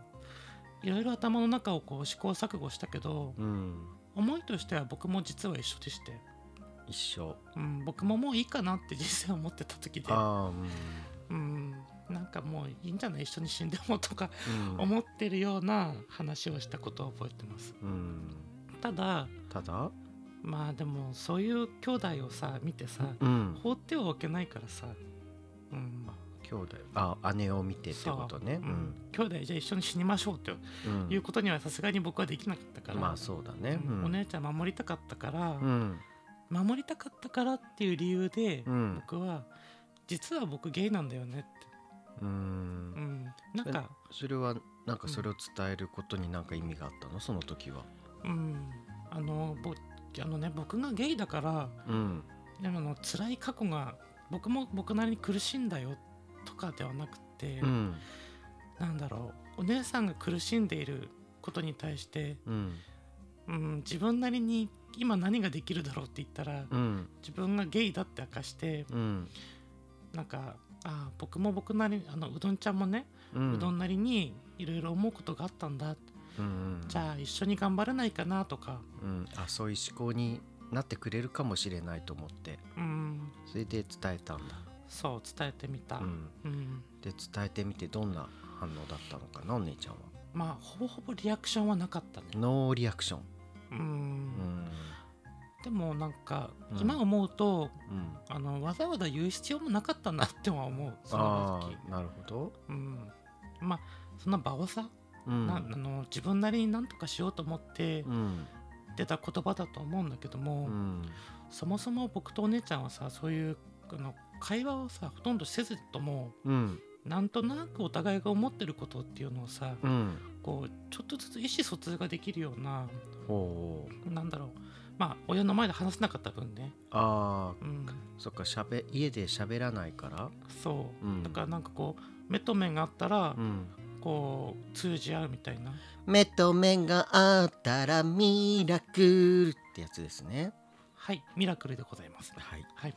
Speaker 1: いろいろ頭の中をこう試行錯誤したけど、
Speaker 2: うん
Speaker 1: 思いとしては僕も実は一緒でして、
Speaker 2: 一緒
Speaker 1: うん、僕ももういいかなって <laughs> 実際思ってた時で、
Speaker 2: ああうん
Speaker 1: うん、なんかもういいんじゃない一緒に死んでもとか <laughs>
Speaker 2: うん
Speaker 1: 思ってるような話をしたことを覚えてます。
Speaker 2: うん
Speaker 1: ただ
Speaker 2: ただ
Speaker 1: まあでもそういう兄弟をさ見てさ
Speaker 2: うん
Speaker 1: 放ってはおけないからさ、うん、
Speaker 2: 兄弟あ姉を見てってことね
Speaker 1: そううん、兄弟じゃあ一緒に死にましょうと
Speaker 2: うん
Speaker 1: いうことにはさすがに僕はできなかったから、
Speaker 2: まあそうだねう
Speaker 1: お
Speaker 2: ん
Speaker 1: 姉ちゃん守りたかったから、
Speaker 2: うん
Speaker 1: 守りたかったからっていう理由で、
Speaker 2: うん
Speaker 1: 僕は実は僕ゲイなんだよねって、
Speaker 2: う
Speaker 1: うんん、なんか、
Speaker 2: それはなんかそれを伝えることになんか意味があったのその時は
Speaker 1: うん、あのぼあのね僕がゲイだから
Speaker 2: うん
Speaker 1: でもあの辛い過去が僕も僕なりに苦しんだよとかではなくて、
Speaker 2: うん
Speaker 1: なんだろうお姉さんが苦しんでいることに対して
Speaker 2: うん
Speaker 1: うん、自分なりに今何ができるだろうって言ったら
Speaker 2: うん
Speaker 1: 自分がゲイだって明かして
Speaker 2: うん
Speaker 1: なんかあー僕も僕なりあのうどんちゃんもね、
Speaker 2: う
Speaker 1: うんどんなりにいろいろ思うことがあったんだ、
Speaker 2: うん
Speaker 1: じゃあ一緒に頑張れないかなとか、
Speaker 2: うんあそういう思考になってくれるかもしれないと思って
Speaker 1: うん、
Speaker 2: それで伝えたんだ
Speaker 1: そう伝えてみた、う
Speaker 2: うんんで伝えてみてどんな反応だったのかなお姉ちゃんは
Speaker 1: まあほぼほぼリアクションはなかったね、
Speaker 2: ノーリアクション
Speaker 1: うん
Speaker 2: うん
Speaker 1: でもなんか
Speaker 2: うん
Speaker 1: 今思うと、
Speaker 2: うん
Speaker 1: あのわざわざ言う必要もなかったなっては思うその
Speaker 2: あ
Speaker 1: 時、
Speaker 2: あなるほど
Speaker 1: うん、まあその場をさ
Speaker 2: うん
Speaker 1: なあの自分なりに何とかしようと思って
Speaker 2: うん
Speaker 1: 出た言葉だと思うんだけども、
Speaker 2: うん
Speaker 1: そもそも僕とお姉ちゃんはさそういうあの会話をさほとんどせずとも
Speaker 2: うん
Speaker 1: なんとなくお互いが思ってることっていうのをさ
Speaker 2: うん
Speaker 1: こうちょっとずつ意思疎通ができるような
Speaker 2: ほう
Speaker 1: なんだろうまあ親の前で話せなかった分ね、
Speaker 2: あ
Speaker 1: う
Speaker 2: あ
Speaker 1: ん、
Speaker 2: そっかしゃべ家で喋らないから
Speaker 1: そうう、
Speaker 2: ん
Speaker 1: だからなんかこう目と目があったら、
Speaker 2: うん
Speaker 1: こう通じ合うみたいな
Speaker 10: 目と目があったらミラクル
Speaker 2: ってやつですね
Speaker 1: はいミラクルでございます
Speaker 2: はい
Speaker 1: はい、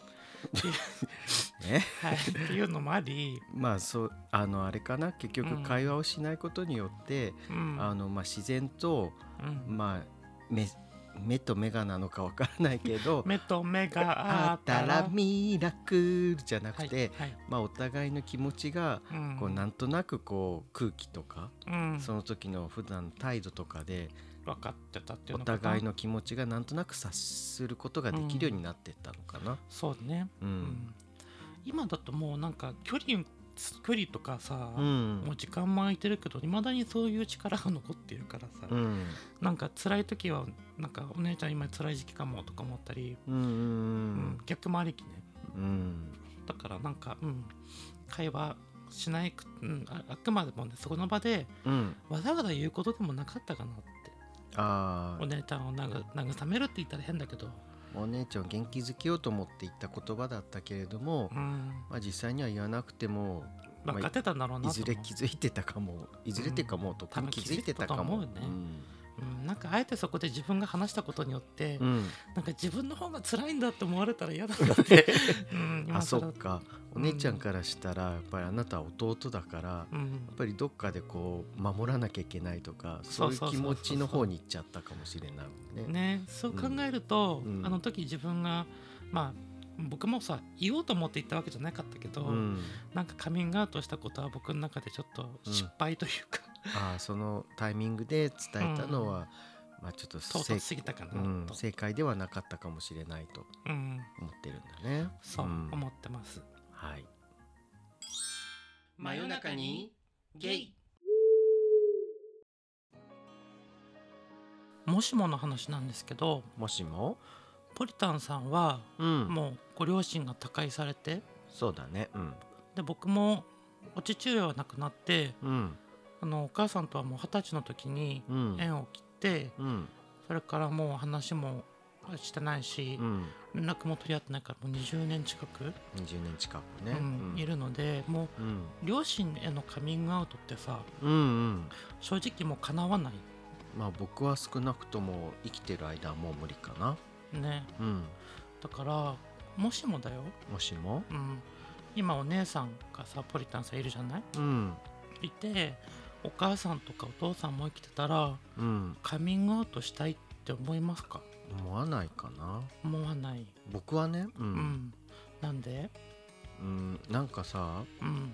Speaker 2: <laughs> ね
Speaker 1: はい、っていうのもあり、
Speaker 2: まあそうあのあれかな結
Speaker 1: うん
Speaker 2: 局会話をしないことによって、
Speaker 1: うん、
Speaker 2: あのまあ自然と
Speaker 1: うん
Speaker 2: まあ目目と目がなのかわからないけ <laughs> ど
Speaker 1: 目と目があ
Speaker 10: あ
Speaker 1: っ
Speaker 10: ったた
Speaker 1: ら
Speaker 10: らミラクル
Speaker 2: じゃなくて、
Speaker 1: はいはい
Speaker 2: まあお互いの気持ちが
Speaker 1: うん
Speaker 2: こうなんとなくこう空気とか、
Speaker 1: うん
Speaker 2: その時の普段の態度とかで
Speaker 1: 分かってたっていう
Speaker 2: お
Speaker 1: のかな
Speaker 2: 互いの気持ちがなんとなく察することができるようになってったのかな。
Speaker 1: そうね、
Speaker 2: う
Speaker 1: うん
Speaker 2: ん
Speaker 1: 今だともうなんか距離距離とかさ、
Speaker 2: うん
Speaker 1: もう時間も空いてるけどいまだにそういう力が残ってるからさ、
Speaker 2: うん
Speaker 1: なんか辛い時はなんかお姉ちゃん今辛い時期かもとか思ったり、
Speaker 2: うん
Speaker 1: うん逆もありきね
Speaker 2: うんうん
Speaker 1: だからなんか、うん、会話しないく、うん、ああくまでもねそこの場で
Speaker 2: うん
Speaker 1: わざわざ言うことでもなかったかなって
Speaker 2: あ
Speaker 1: お姉ちゃんをなぐ慰めるって言ったら変だけど、
Speaker 2: あお姉ちゃんを元気づけようと思って言った言葉だったけれども、
Speaker 1: うん、
Speaker 2: まあ、実際には言わなくてもまあ
Speaker 1: 分かってたんだろう
Speaker 2: い
Speaker 1: なと
Speaker 2: ず
Speaker 1: 思う
Speaker 2: れ気づいてたかもいずれっていうかもうとっくに気づいてたか
Speaker 1: 多
Speaker 2: も
Speaker 1: 分気づいてたと思うようん、なんかあえてそこで自分が話したことによって、
Speaker 2: うんうん <laughs>
Speaker 1: なんか自分の方が辛いんだって思われたら嫌だなって、うん、
Speaker 2: あ
Speaker 1: 今
Speaker 2: そ
Speaker 1: 更
Speaker 2: っかおお姉ちゃんからしたらやっぱりあなたは弟だからや
Speaker 1: うん
Speaker 2: っぱりどっかでこう守らなきゃいけないとか
Speaker 1: そ
Speaker 2: そうういう
Speaker 1: そうそうそう
Speaker 2: 気持ちの方に行っちゃったかもしれないね。
Speaker 1: ね、そう考えると、
Speaker 2: うん
Speaker 1: あの時自分がまあ僕もさ言おうと思って言ったわけじゃなかったけど、
Speaker 2: うん、
Speaker 1: なんかカミングアウトしたことは僕の中でちょっと失敗というか、
Speaker 2: ああそのタイミングで伝えたのは、まあちょっと
Speaker 1: 唐
Speaker 2: 正
Speaker 1: 突すぎたかなと、
Speaker 2: う
Speaker 1: うんん、
Speaker 2: 正解ではなかったかもしれないと思ってるんだね。
Speaker 1: そうん思ってます。
Speaker 2: はい。
Speaker 1: 真夜中にゲイもしもの話なんですけど
Speaker 2: もしも、
Speaker 1: ポリタンさんは
Speaker 2: うん、
Speaker 1: もうご両親が他界されて
Speaker 2: そうだね。うん、
Speaker 1: で僕もお父上は亡くなって
Speaker 2: うん、
Speaker 1: あのお母さんとはもう二十歳の時に
Speaker 2: うん、
Speaker 1: 縁を切って
Speaker 2: うん、
Speaker 1: それからもう話もしてないし
Speaker 2: うん、
Speaker 1: 連絡も取り合ってないからもう20年近く、
Speaker 2: 二十年近くね。
Speaker 1: うんいるのでもう
Speaker 2: うん、
Speaker 1: 両親へのカミングアウトってさ
Speaker 2: うん、うん。
Speaker 1: 正直もうかなわない
Speaker 2: まあ僕は少なくとも生きてる間はもう無理かな。
Speaker 1: ね
Speaker 2: うん、
Speaker 1: だからもしもだよ、
Speaker 2: もしも、
Speaker 1: うん、今お姉さんがさポリタンさんいるじゃない
Speaker 2: うん、
Speaker 1: いてお母さんとかお父さんも生きてたら
Speaker 2: うん、
Speaker 1: カミングアウトしたいって思いますか
Speaker 2: 思わないかな。
Speaker 1: 思わない、
Speaker 2: 僕はね、う、
Speaker 1: うんなんで
Speaker 2: うん、なんかさ、
Speaker 1: うん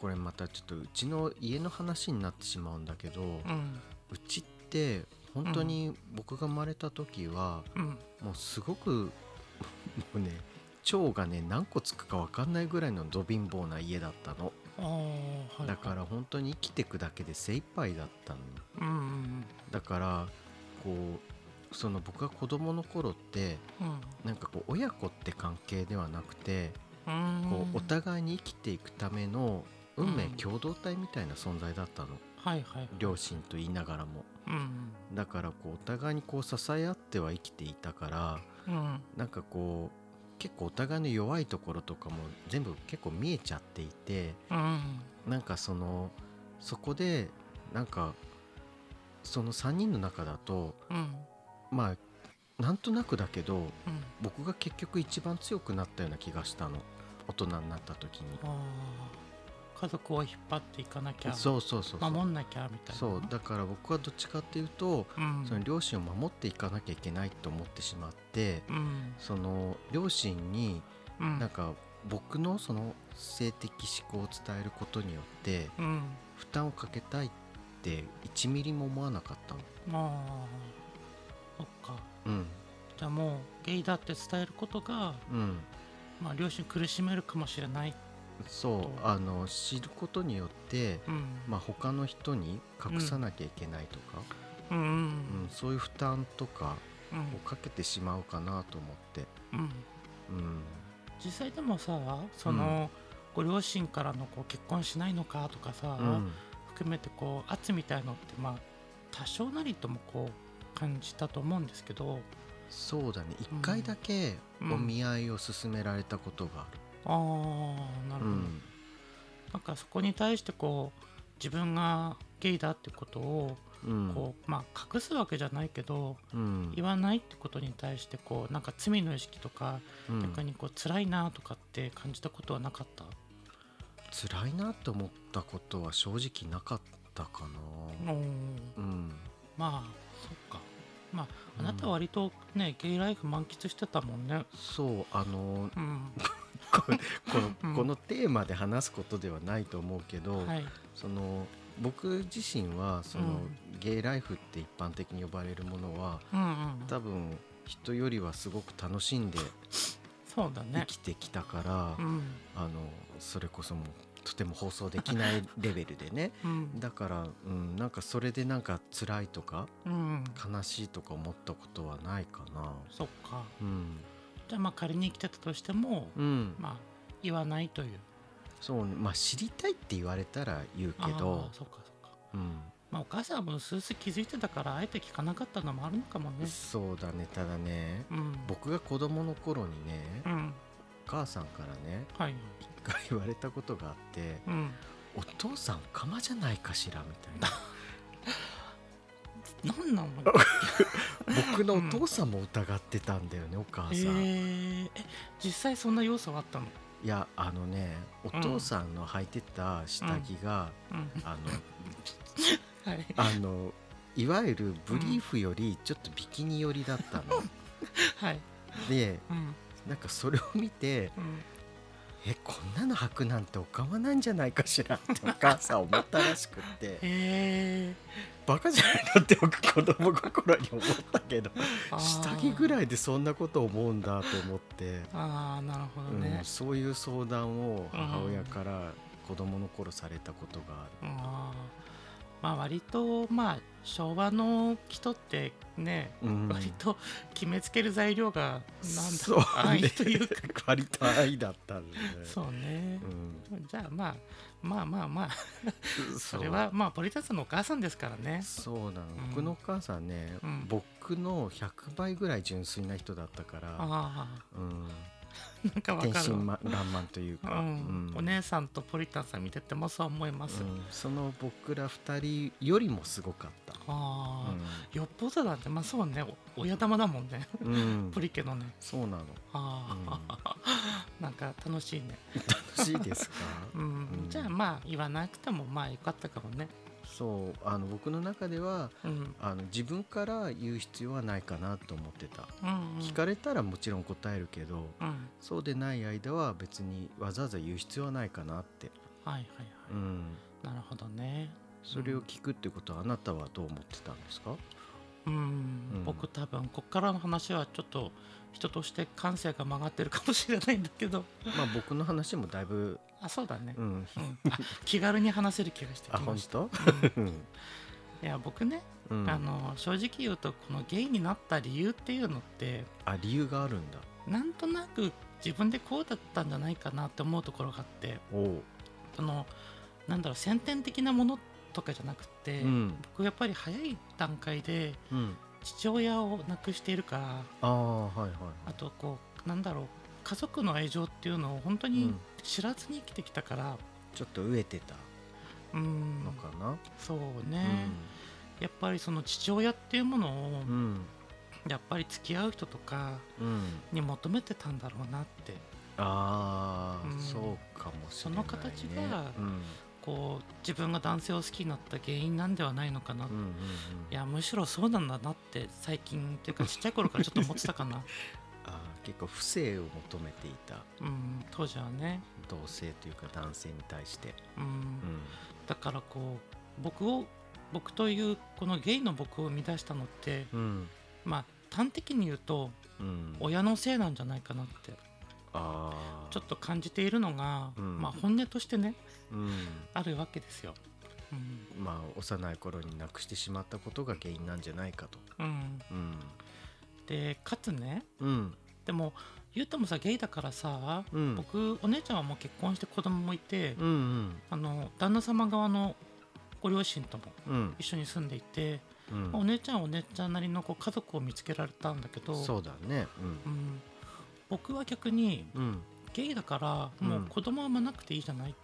Speaker 2: これまたちょっとうちの家の話になってしまうんだけど、う
Speaker 1: うん
Speaker 2: ちって本当に僕が生まれた時は、
Speaker 1: うん
Speaker 2: もうすごくもうね腸がね何個つくか分かんないぐらいのど貧乏な家だったの
Speaker 1: ああはい
Speaker 2: だから本当に生きてくだけで精一杯だったの
Speaker 1: うんうん
Speaker 2: だからこうその僕が子供の頃って
Speaker 1: うん
Speaker 2: なんかこう親子って関係ではなくて
Speaker 1: うん
Speaker 2: こうお互いに生きていくための運命
Speaker 1: うん
Speaker 2: 共同体みたいな存在だったの
Speaker 1: はいはい
Speaker 2: 両親と言いながらも
Speaker 1: うん
Speaker 2: だからこうお互いにこう支え合っては生きていたから
Speaker 1: うん
Speaker 2: なんかこう結構お互いの弱いところとかも全部結構見えちゃっていて
Speaker 1: うん
Speaker 2: なんかそのそこでなんかその3人の中だと
Speaker 1: うん
Speaker 2: まあなんとなくだけど
Speaker 1: うん
Speaker 2: 僕が結局一番強くなったような気がしたの大人になった時に
Speaker 1: あー家族を引っ張っていかなきゃ
Speaker 2: そうそうそうそう
Speaker 1: 守んなきゃみたいな
Speaker 2: そうだから僕はどっちかっていうと
Speaker 1: うん
Speaker 2: その両親を守っていかなきゃいけないと思ってしまって
Speaker 1: うん
Speaker 2: その両親に
Speaker 1: うん
Speaker 2: なんか僕のその性的思考を伝えることによって
Speaker 1: うん
Speaker 2: 負担をかけたいって1ミリも思わなかったの。
Speaker 1: まあそっか
Speaker 2: うん
Speaker 1: じゃあもうゲイだって伝えることが、
Speaker 2: うん、
Speaker 1: まあ、両親苦しめるかもしれない
Speaker 2: そうあの知ることによって、
Speaker 1: うん
Speaker 2: まあ、他の人に隠さなきゃいけないとか、
Speaker 1: うんうん
Speaker 2: うんそういう負担とか
Speaker 1: うん
Speaker 2: をかけてしまうかなと思って、
Speaker 1: うん
Speaker 2: うん、
Speaker 1: 実際でもさその、ご両親からのこう結婚しないのかとかさ、
Speaker 2: うん
Speaker 1: 含めてこう圧みたいのってまあ多少なりともこう感じたと思うんですけど
Speaker 2: そうだね1回だけ
Speaker 1: うん
Speaker 2: お見合いを勧められたことがある。
Speaker 1: ああなるほど、
Speaker 2: うん
Speaker 1: なんかそこに対してこう自分がゲイだってことを
Speaker 2: うん
Speaker 1: こう、まあ、隠すわけじゃないけど
Speaker 2: うん
Speaker 1: 言わないってことに対してこうなんか罪の意識とか
Speaker 2: うん
Speaker 1: 逆にこう辛いなとかって感じたことはなかった、
Speaker 2: 辛いなと思ったことは正直なかったかな。うん、
Speaker 1: まあそっかまああなたは割とね、ゲイライフ満喫してたもんね
Speaker 2: そう
Speaker 1: <laughs>
Speaker 2: あの
Speaker 1: うん
Speaker 2: ここ
Speaker 1: うん
Speaker 2: のこのテーマで話すことではないと思うけど、
Speaker 1: はい
Speaker 2: その僕自身はその、ゲイライフって一般的に呼ばれるものは
Speaker 1: うんうん
Speaker 2: 多分人よりはすごく楽しんで
Speaker 1: そうだ
Speaker 2: 生
Speaker 1: ね
Speaker 2: きてきたから、
Speaker 1: うん
Speaker 2: あのそれこそもうとても放送できないレベルでね <laughs>
Speaker 1: うん
Speaker 2: だから、うん、なんかそれでなんか辛いとか
Speaker 1: うん
Speaker 2: 悲しいとか思ったことはないかな。
Speaker 1: そっか
Speaker 2: うん、
Speaker 1: じゃあまあ仮に来てたとしても、
Speaker 2: うん、
Speaker 1: まあ言わないという
Speaker 2: そうねまあ知りたいって言われたら言うけ
Speaker 1: あ
Speaker 2: ど
Speaker 1: ー、そっかそっか
Speaker 2: うん、
Speaker 1: まあお母さんもうすうす気づいてたからあえて聞かなかったのもあるのかもね
Speaker 2: そうだねただね
Speaker 1: うん
Speaker 2: 僕が子供の頃にね、
Speaker 1: うん
Speaker 2: お母さんからね
Speaker 1: はい
Speaker 2: 一回言われたことがあって
Speaker 1: うん
Speaker 2: 「お父さんカマじゃないかしら」みたい
Speaker 1: <laughs>
Speaker 2: な
Speaker 1: なんなの
Speaker 2: 僕のお父さんも疑ってたんだよね、お母さ
Speaker 1: え
Speaker 2: ん、
Speaker 1: ーえ実際そんな要素はあったの
Speaker 2: いやあのねお父さんの履いてた下着が、
Speaker 1: うん
Speaker 2: あの
Speaker 1: はい、
Speaker 2: あのいわゆるブリーフよりちょっとビキニ寄りだったの、
Speaker 1: はい、
Speaker 2: で
Speaker 1: うん、
Speaker 2: なんかそれを見て
Speaker 1: うん、
Speaker 2: えこんなの履くなんておかまなんじゃないかしらってお母さん思ったらしくって
Speaker 1: へえ
Speaker 2: バカじゃないのって僕子供心に思ったけど下着ぐ
Speaker 1: い
Speaker 2: らいでそんなこと思うんだと思って、
Speaker 1: あーあーなるほど
Speaker 2: う
Speaker 1: ね
Speaker 2: ん、、そういう相談を母親から子供の頃されたことがある。
Speaker 1: あーまあ割とまあ昭和の人ってね、
Speaker 2: うん
Speaker 1: 割と決めつける材料がなんだ
Speaker 2: そ
Speaker 1: ろう
Speaker 2: う
Speaker 1: 安
Speaker 2: ね
Speaker 1: 易と
Speaker 2: <laughs>
Speaker 1: いうか
Speaker 2: 割と愛だったんで、ね、
Speaker 1: そうね
Speaker 2: う、ん
Speaker 1: じゃあまあまあまあまあ
Speaker 2: そ
Speaker 1: それはまあポリタスのお母さんですからね
Speaker 2: そうなの、
Speaker 1: うん
Speaker 2: 僕のお母さんね、
Speaker 1: うん
Speaker 2: 僕の100倍ぐらい純粋な人だったから、
Speaker 1: あ
Speaker 2: う
Speaker 1: あ
Speaker 2: ん、
Speaker 1: なんかわ
Speaker 2: 天
Speaker 1: かる
Speaker 2: 真、ま、爛漫という
Speaker 1: う
Speaker 2: か、
Speaker 1: ん
Speaker 2: うん
Speaker 1: お姉さんとポリタンさん見ててもそう思います、
Speaker 2: うんその僕ら2人よりもすごかった。
Speaker 1: ああ、よっぽどだってまあそうねお親玉だもんね
Speaker 2: う
Speaker 1: <laughs>
Speaker 2: んうん
Speaker 1: ポリ家のね
Speaker 2: そうなの
Speaker 1: <laughs> ああ、なんか楽しいね
Speaker 2: 楽しいですか
Speaker 1: うん、
Speaker 2: うん
Speaker 1: じゃあまあ言わなくてもまあよかったかもね
Speaker 2: そうあの僕の中では
Speaker 1: うん
Speaker 2: あの自分から言う必要はないかなと思ってた、
Speaker 1: うんうん
Speaker 2: 聞かれたらもちろん答えるけど
Speaker 1: うん
Speaker 2: そうでない間は別にわざわざ言う必要はないかなって、
Speaker 1: はいはいはい、
Speaker 2: うん、
Speaker 1: なるほどね
Speaker 2: それを聞くってことはあなたはどう思ってたんですか、
Speaker 1: うん、
Speaker 2: うん
Speaker 1: 僕多分こっからの話はちょっと人として感性が曲がってるかもしれないんだけど
Speaker 2: まあ僕の話もだいぶ、
Speaker 1: あそうだね、
Speaker 2: う
Speaker 1: うん <laughs>
Speaker 2: ん、
Speaker 1: あ気軽に話せる気がして
Speaker 2: あ
Speaker 1: きま
Speaker 2: 本
Speaker 1: した
Speaker 2: 当、うん
Speaker 1: いや僕ね、
Speaker 2: うん、
Speaker 1: あの正直言うとこのゲイになった理由っていうのって
Speaker 2: あ理由があるんだ
Speaker 1: なんとなく自分でこうだったんじゃないかなって思うところがあって
Speaker 2: おう、
Speaker 1: そのなんだろう先天的なものとかじゃなくて、
Speaker 2: うん
Speaker 1: 僕やっぱり早い段階で
Speaker 2: うん、
Speaker 1: 父親を亡くしているから
Speaker 2: ああはいはい
Speaker 1: あとこうなんだろう家族の愛情っていうのを本当
Speaker 2: う
Speaker 1: に
Speaker 2: ん
Speaker 1: 知らずに生きてきたから
Speaker 2: ちょっと飢えてた
Speaker 1: うん
Speaker 2: のかな、
Speaker 1: そうね、やっぱりその父親っていうものを
Speaker 2: うんうん
Speaker 1: やっぱり付き合う人とか
Speaker 2: うん
Speaker 1: に求めてたんだろうなって
Speaker 2: ああ、
Speaker 1: うん
Speaker 2: そうかもしれない、
Speaker 1: その
Speaker 2: ね、
Speaker 1: 形が
Speaker 2: うん
Speaker 1: こう自分が男性を好きになった原因なんではないのかな、
Speaker 2: うんうんうん、
Speaker 1: いやむしろそうなんだなって最近っていうか
Speaker 2: <laughs>
Speaker 1: ちっちゃい頃からちょっと思ってたかな、
Speaker 2: あー結構不正を求めていた
Speaker 1: うん、当時はね、
Speaker 2: 同性というか男性に対して、
Speaker 1: うん
Speaker 2: うん、
Speaker 1: だからこう僕を僕というこのゲイの僕を生み出したのって
Speaker 2: うん
Speaker 1: まあ端的に言うと
Speaker 2: うん、
Speaker 1: 親のせいなんじゃないかなって
Speaker 2: ああ
Speaker 1: ちょっと感じているのが、
Speaker 2: うん
Speaker 1: まあ本音としてね
Speaker 2: うん、
Speaker 1: あるわけですよ。うん
Speaker 2: まあ幼い頃になくしてしまったことが原因なんじゃないかと。
Speaker 1: うん、
Speaker 2: うん。
Speaker 1: でかつね
Speaker 2: うん。
Speaker 1: でもゆうたもさゲイだからさ、
Speaker 2: うん。
Speaker 1: 僕お姉ちゃんはもう結婚して子供もいて、
Speaker 2: うんうん。
Speaker 1: あの旦那様側のご両親とも
Speaker 2: うん。
Speaker 1: 一緒に住んでいて、
Speaker 2: うん
Speaker 1: まあお姉ちゃんはお姉ちゃんなりのこう家族を見つけられたんだけど
Speaker 2: そうだね。
Speaker 1: うん、僕は逆に
Speaker 2: うん。うん。
Speaker 1: ゲイだからもう子供は産まなくていいじゃないって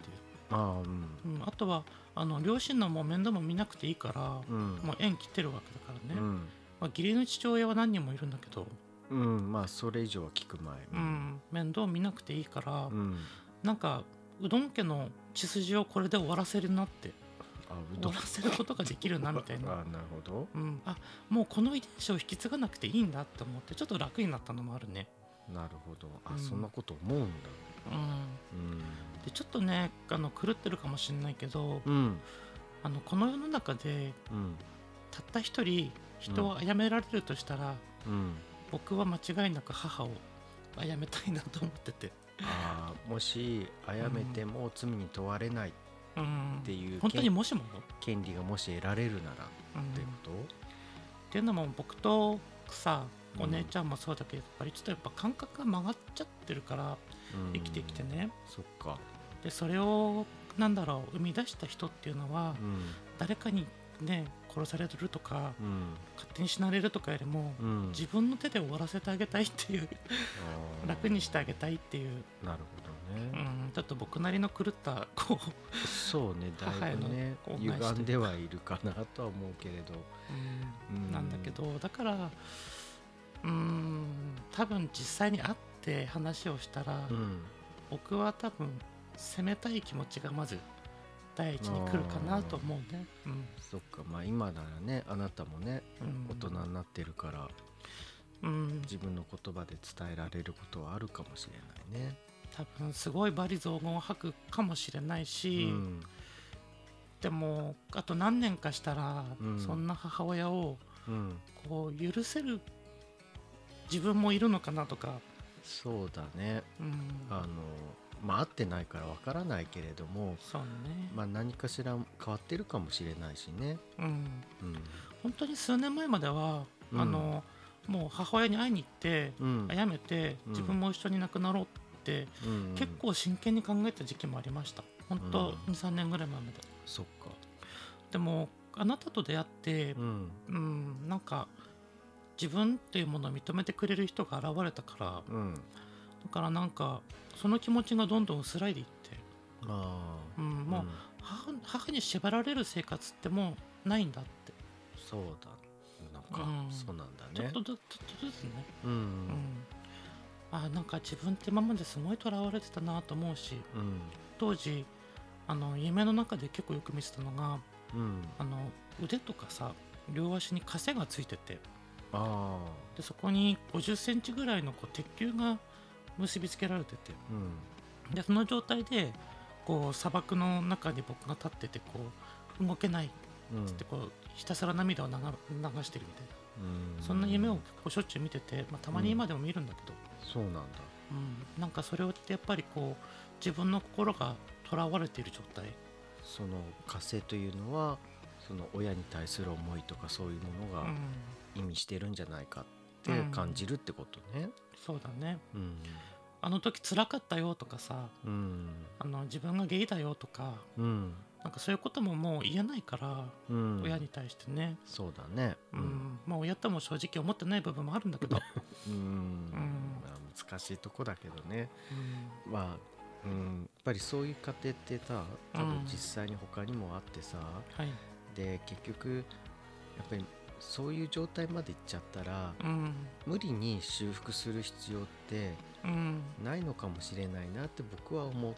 Speaker 2: ああ、うん。
Speaker 1: いう、うん、あとはあの両親のもう面倒も見なくていいから、
Speaker 2: うん。
Speaker 1: もう縁切ってるわけだから
Speaker 2: う
Speaker 1: ね、
Speaker 2: ん。
Speaker 1: まあ、義理の父親は何人もいるんだけど、
Speaker 2: うん。まあそれ以上は聞く前。
Speaker 1: う。ん、面倒見なくていいから、
Speaker 2: うん。
Speaker 1: なんかうどん家の血筋をこれで終わらせるなって
Speaker 2: あ、う
Speaker 1: 終わらせることができるなみたい
Speaker 2: <laughs> あ
Speaker 1: な、
Speaker 2: なるほど。
Speaker 1: うん、あもうこの遺伝子を引き継がなくていいんだって思ってちょっと楽になったのもあるね、
Speaker 2: なるほど。
Speaker 1: う
Speaker 2: あ、
Speaker 1: ん
Speaker 2: そんなこと思うんだ。
Speaker 1: うん、
Speaker 2: うん。
Speaker 1: でちょっとねあの狂ってるかもしれないけど、
Speaker 2: うん。
Speaker 1: あのこの世の中で
Speaker 2: うん。
Speaker 1: たった一人人を殺められるとしたら、
Speaker 2: うん。
Speaker 1: 僕は間違いなく母を殺めたいなと思ってて、
Speaker 2: ああ、もし殺めても罪に問われないっ
Speaker 1: うん、
Speaker 2: ていう
Speaker 1: 本当にもしもよ、
Speaker 2: 権利がもし得られるならっ
Speaker 1: うん
Speaker 2: て
Speaker 1: っ
Speaker 2: こと？
Speaker 1: ていうのも僕とさ
Speaker 2: うん
Speaker 1: お姉ちゃんもそうだけどやっぱりちょっとやっぱ感覚が曲がっちゃってるから
Speaker 2: うん
Speaker 1: 生きてきてね
Speaker 2: そっか。
Speaker 1: でそれをなんだろう生み出した人っていうのは
Speaker 2: う
Speaker 1: 誰かにね殺されるとか
Speaker 2: ん。うん。
Speaker 1: 勝手に死なれるとかよりも
Speaker 2: うん
Speaker 1: 自分の手で終わらせてあげたいっていう
Speaker 2: あー
Speaker 1: 楽にしてあげたいっていう、
Speaker 2: なるほど
Speaker 1: う
Speaker 2: ね、
Speaker 1: ん、ちょっと僕なりの狂ったこう
Speaker 2: そうねだいぶね
Speaker 1: 母への恩返しというか
Speaker 2: 歪んではいるかなとは思うけれどうん
Speaker 1: なんだけどだからうーん多分実際に会って話をしたら、
Speaker 2: うん
Speaker 1: 僕は多分攻めたい気持ちがまず第一に来るかなと思うね、うん
Speaker 2: そっかまあ今ならねあなたもね
Speaker 1: うん
Speaker 2: 大人になってるから
Speaker 1: うん、
Speaker 2: 自分の言葉で伝えられることはあるかもしれないね。
Speaker 1: 多分すごい罵詈雑言を吐くかもしれないうし、
Speaker 2: ん
Speaker 1: でもあと何年かしたら、
Speaker 2: うん
Speaker 1: そんな母親を
Speaker 2: うん、
Speaker 1: こう許せる自分もいるのかなとか、
Speaker 2: そうだね
Speaker 1: うん、
Speaker 2: あのまあ会ってないからわからないけれども、
Speaker 1: そうね、
Speaker 2: まあ、何かしら変わってるかもしれないしね。
Speaker 1: うん、
Speaker 2: うん
Speaker 1: 本当に数年前までは、
Speaker 2: うん
Speaker 1: あのもう母親に会いに行って、
Speaker 2: うん
Speaker 1: あやめて
Speaker 2: うん
Speaker 1: 自分も一緒に亡くなろうって、
Speaker 2: うん
Speaker 1: 結構真剣に考えた時期もありました本当
Speaker 2: うん
Speaker 1: 23年ぐらい前まで
Speaker 2: そっか、
Speaker 1: でもあなたと出会って
Speaker 2: うん
Speaker 1: うん、なんか自分っていうものを認めてくれる人が現れたから
Speaker 2: うん、
Speaker 1: だからなんかその気持ちがどんどん薄らいでいって、
Speaker 2: あ
Speaker 1: う
Speaker 2: あ、
Speaker 1: ん、もう、
Speaker 2: ん
Speaker 1: 母母に縛られる生活ってもうないんだって、
Speaker 2: そうだなんか、
Speaker 1: うん
Speaker 2: そうなんだ
Speaker 1: ちょっ
Speaker 2: ね
Speaker 1: と。ずつちょっとずつね
Speaker 2: うん
Speaker 1: うん、あなんか自分って今まですごいとらわれてたなと思うし
Speaker 2: うん
Speaker 1: 当時あの夢の中で結構よく見てたのが
Speaker 2: うん、
Speaker 1: あの腕とかさ両足に枷がついてて
Speaker 2: ああ
Speaker 1: でそこに5 0センチぐらいのこう鉄球が結びつけられてて
Speaker 2: うん
Speaker 1: でその状態でこう砂漠の中に僕が立っててこう動けないっ
Speaker 2: うん
Speaker 1: つってこうひたすら涙を流流してるみたいな
Speaker 2: うん
Speaker 1: そんな夢を結構しょっちゅう見てて、まあ、たまに今でも見るんだけど、
Speaker 2: そうなんだ
Speaker 1: うん、なんかそれってやっぱりこう自分の心がとらわれている状態
Speaker 2: その火星というのはその親に対する思いとかそういうもの
Speaker 1: う
Speaker 2: が
Speaker 1: ん
Speaker 2: 意味してるんじゃないかって感じるってことね。
Speaker 1: そうだね
Speaker 2: うん
Speaker 1: あの時辛かったよとかさ
Speaker 2: うん
Speaker 1: あの自分がゲイだよとか
Speaker 2: うん
Speaker 1: なんかそういうことももう言えないから、
Speaker 2: うん、
Speaker 1: 親に対してね、
Speaker 2: そうだね。
Speaker 1: うんまあ、親とも正直思ってない部分もあるんだけど、
Speaker 2: うん
Speaker 1: ん
Speaker 2: まあ難しいとこだけどね。
Speaker 1: うん
Speaker 2: まあうん、やっぱりそういう家庭ってさ
Speaker 1: う
Speaker 2: 多
Speaker 1: ん
Speaker 2: 分実際に他にもあってさ、
Speaker 1: はい
Speaker 2: で結局やっぱりそういう状態までいっちゃったら
Speaker 1: うん
Speaker 2: 無理に修復する必要って
Speaker 1: うん、
Speaker 2: ないのかもしれないなって僕は思うの
Speaker 1: い
Speaker 2: ね。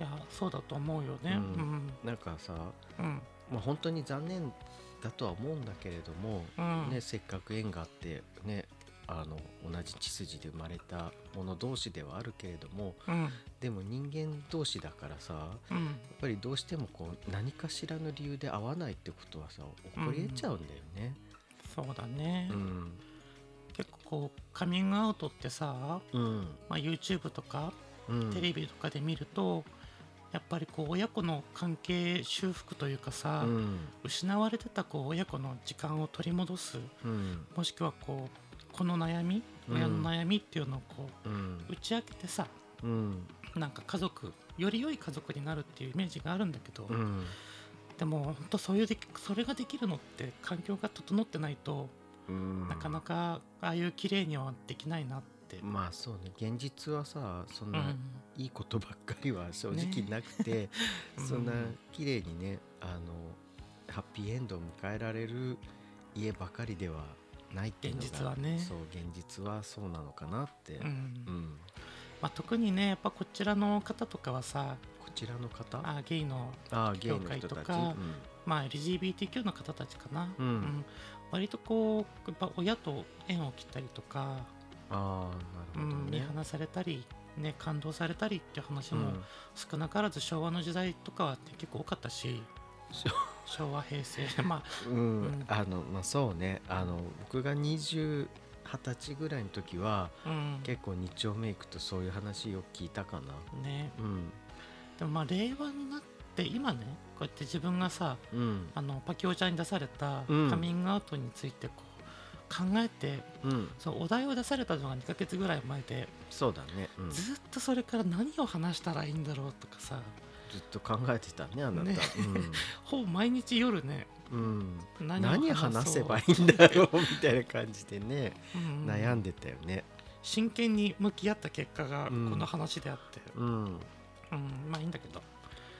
Speaker 1: やそうだと思うよね。う
Speaker 2: うんんなんかさ、
Speaker 1: うん
Speaker 2: まあ、本当に残念だとは思うんだけれども、
Speaker 1: うん
Speaker 2: ね、せっかく縁があって、ね、あの同じ血筋で生まれた者同士ではあるけれども
Speaker 1: うん
Speaker 2: でも人間同士だからさや
Speaker 1: うん
Speaker 2: っぱりどうしてもこう何かしらの理由で合わないってことはさ起こり得ちゃうんだよね。
Speaker 1: そうだね、
Speaker 2: うん
Speaker 1: 結構こうカミングアウトってさ、
Speaker 2: うん
Speaker 1: まあ、YouTube とか
Speaker 2: うん
Speaker 1: テレビとかで見ると、やっぱりこう親子の関係修復というかさ、
Speaker 2: うん
Speaker 1: 失われてたこう親子の時間を取り戻す
Speaker 2: うん
Speaker 1: もしくはこうこの悩み
Speaker 2: うん
Speaker 1: 親の悩みっていうのをこ
Speaker 2: うん
Speaker 1: う打ち明けてさ
Speaker 2: うん
Speaker 1: なんか家族より良い家族になるっていうイメージがあるんだけど、
Speaker 2: うん
Speaker 1: でも本当そういうできそれができるのって環境が整ってないと、
Speaker 2: うん
Speaker 1: なかなかああいう綺麗にはできないなって。
Speaker 2: まあそうね現実はさそん
Speaker 1: う
Speaker 2: なんいいことばっかりは正直なく
Speaker 1: <laughs>
Speaker 2: て、
Speaker 1: うん
Speaker 2: そんな綺麗にねあのハッピーエンドを迎えられる家ばかりではないっていうのが
Speaker 1: 現実はね
Speaker 2: そう現実はそうなのかなって、
Speaker 1: う
Speaker 2: うん
Speaker 1: んまあ、特にねやっぱこちらの方とかはさ
Speaker 2: こちらの方あ
Speaker 1: あゲイの、
Speaker 2: あゲイの人た
Speaker 1: 業界と
Speaker 2: ち、う
Speaker 1: か
Speaker 2: ん
Speaker 1: まあ、LGBTQ の方たちかな、
Speaker 2: うん
Speaker 1: 割とこうやっぱ親と縁を切ったりとか、
Speaker 2: ああ
Speaker 1: う
Speaker 2: なるほ
Speaker 1: ん、見
Speaker 2: どね、
Speaker 1: 放されたり、ね、感動されたりっていう話
Speaker 2: うん
Speaker 1: も少なからず昭和の時代とかは、ね、結構多かったし昭和平成 <laughs> まあ
Speaker 2: うん
Speaker 1: うん
Speaker 2: あのまあそうねあの僕が20二十歳ぐらいの時は
Speaker 1: うん
Speaker 2: 結構日丁目行くとそういう話を聞いたかな
Speaker 1: ね
Speaker 2: うん
Speaker 1: でもまあ令和になって今ねこうやって自分がさ
Speaker 2: うん
Speaker 1: あのパキオちゃんに出された
Speaker 2: うん
Speaker 1: カミングアウトについてこう考えて、
Speaker 2: うん
Speaker 1: そうお題を出されたのが2ヶ月ぐらい前で、
Speaker 2: そうだね、うん、ず
Speaker 1: ずっとそれから何を話したらいいんだろうとかさ
Speaker 2: っと考えてたねあなた、
Speaker 1: ねほぼ毎日夜ね
Speaker 2: うん、うん、
Speaker 1: 何
Speaker 2: 何
Speaker 1: を話
Speaker 2: 話
Speaker 1: そ
Speaker 2: せ
Speaker 1: う
Speaker 2: ばいいんだろうみたいな感じでね、
Speaker 1: うん
Speaker 2: 悩んでたよね
Speaker 1: 真剣に向き合った結果がこ
Speaker 2: うん
Speaker 1: の話であって、
Speaker 2: うん
Speaker 1: うんまあいいんだけど、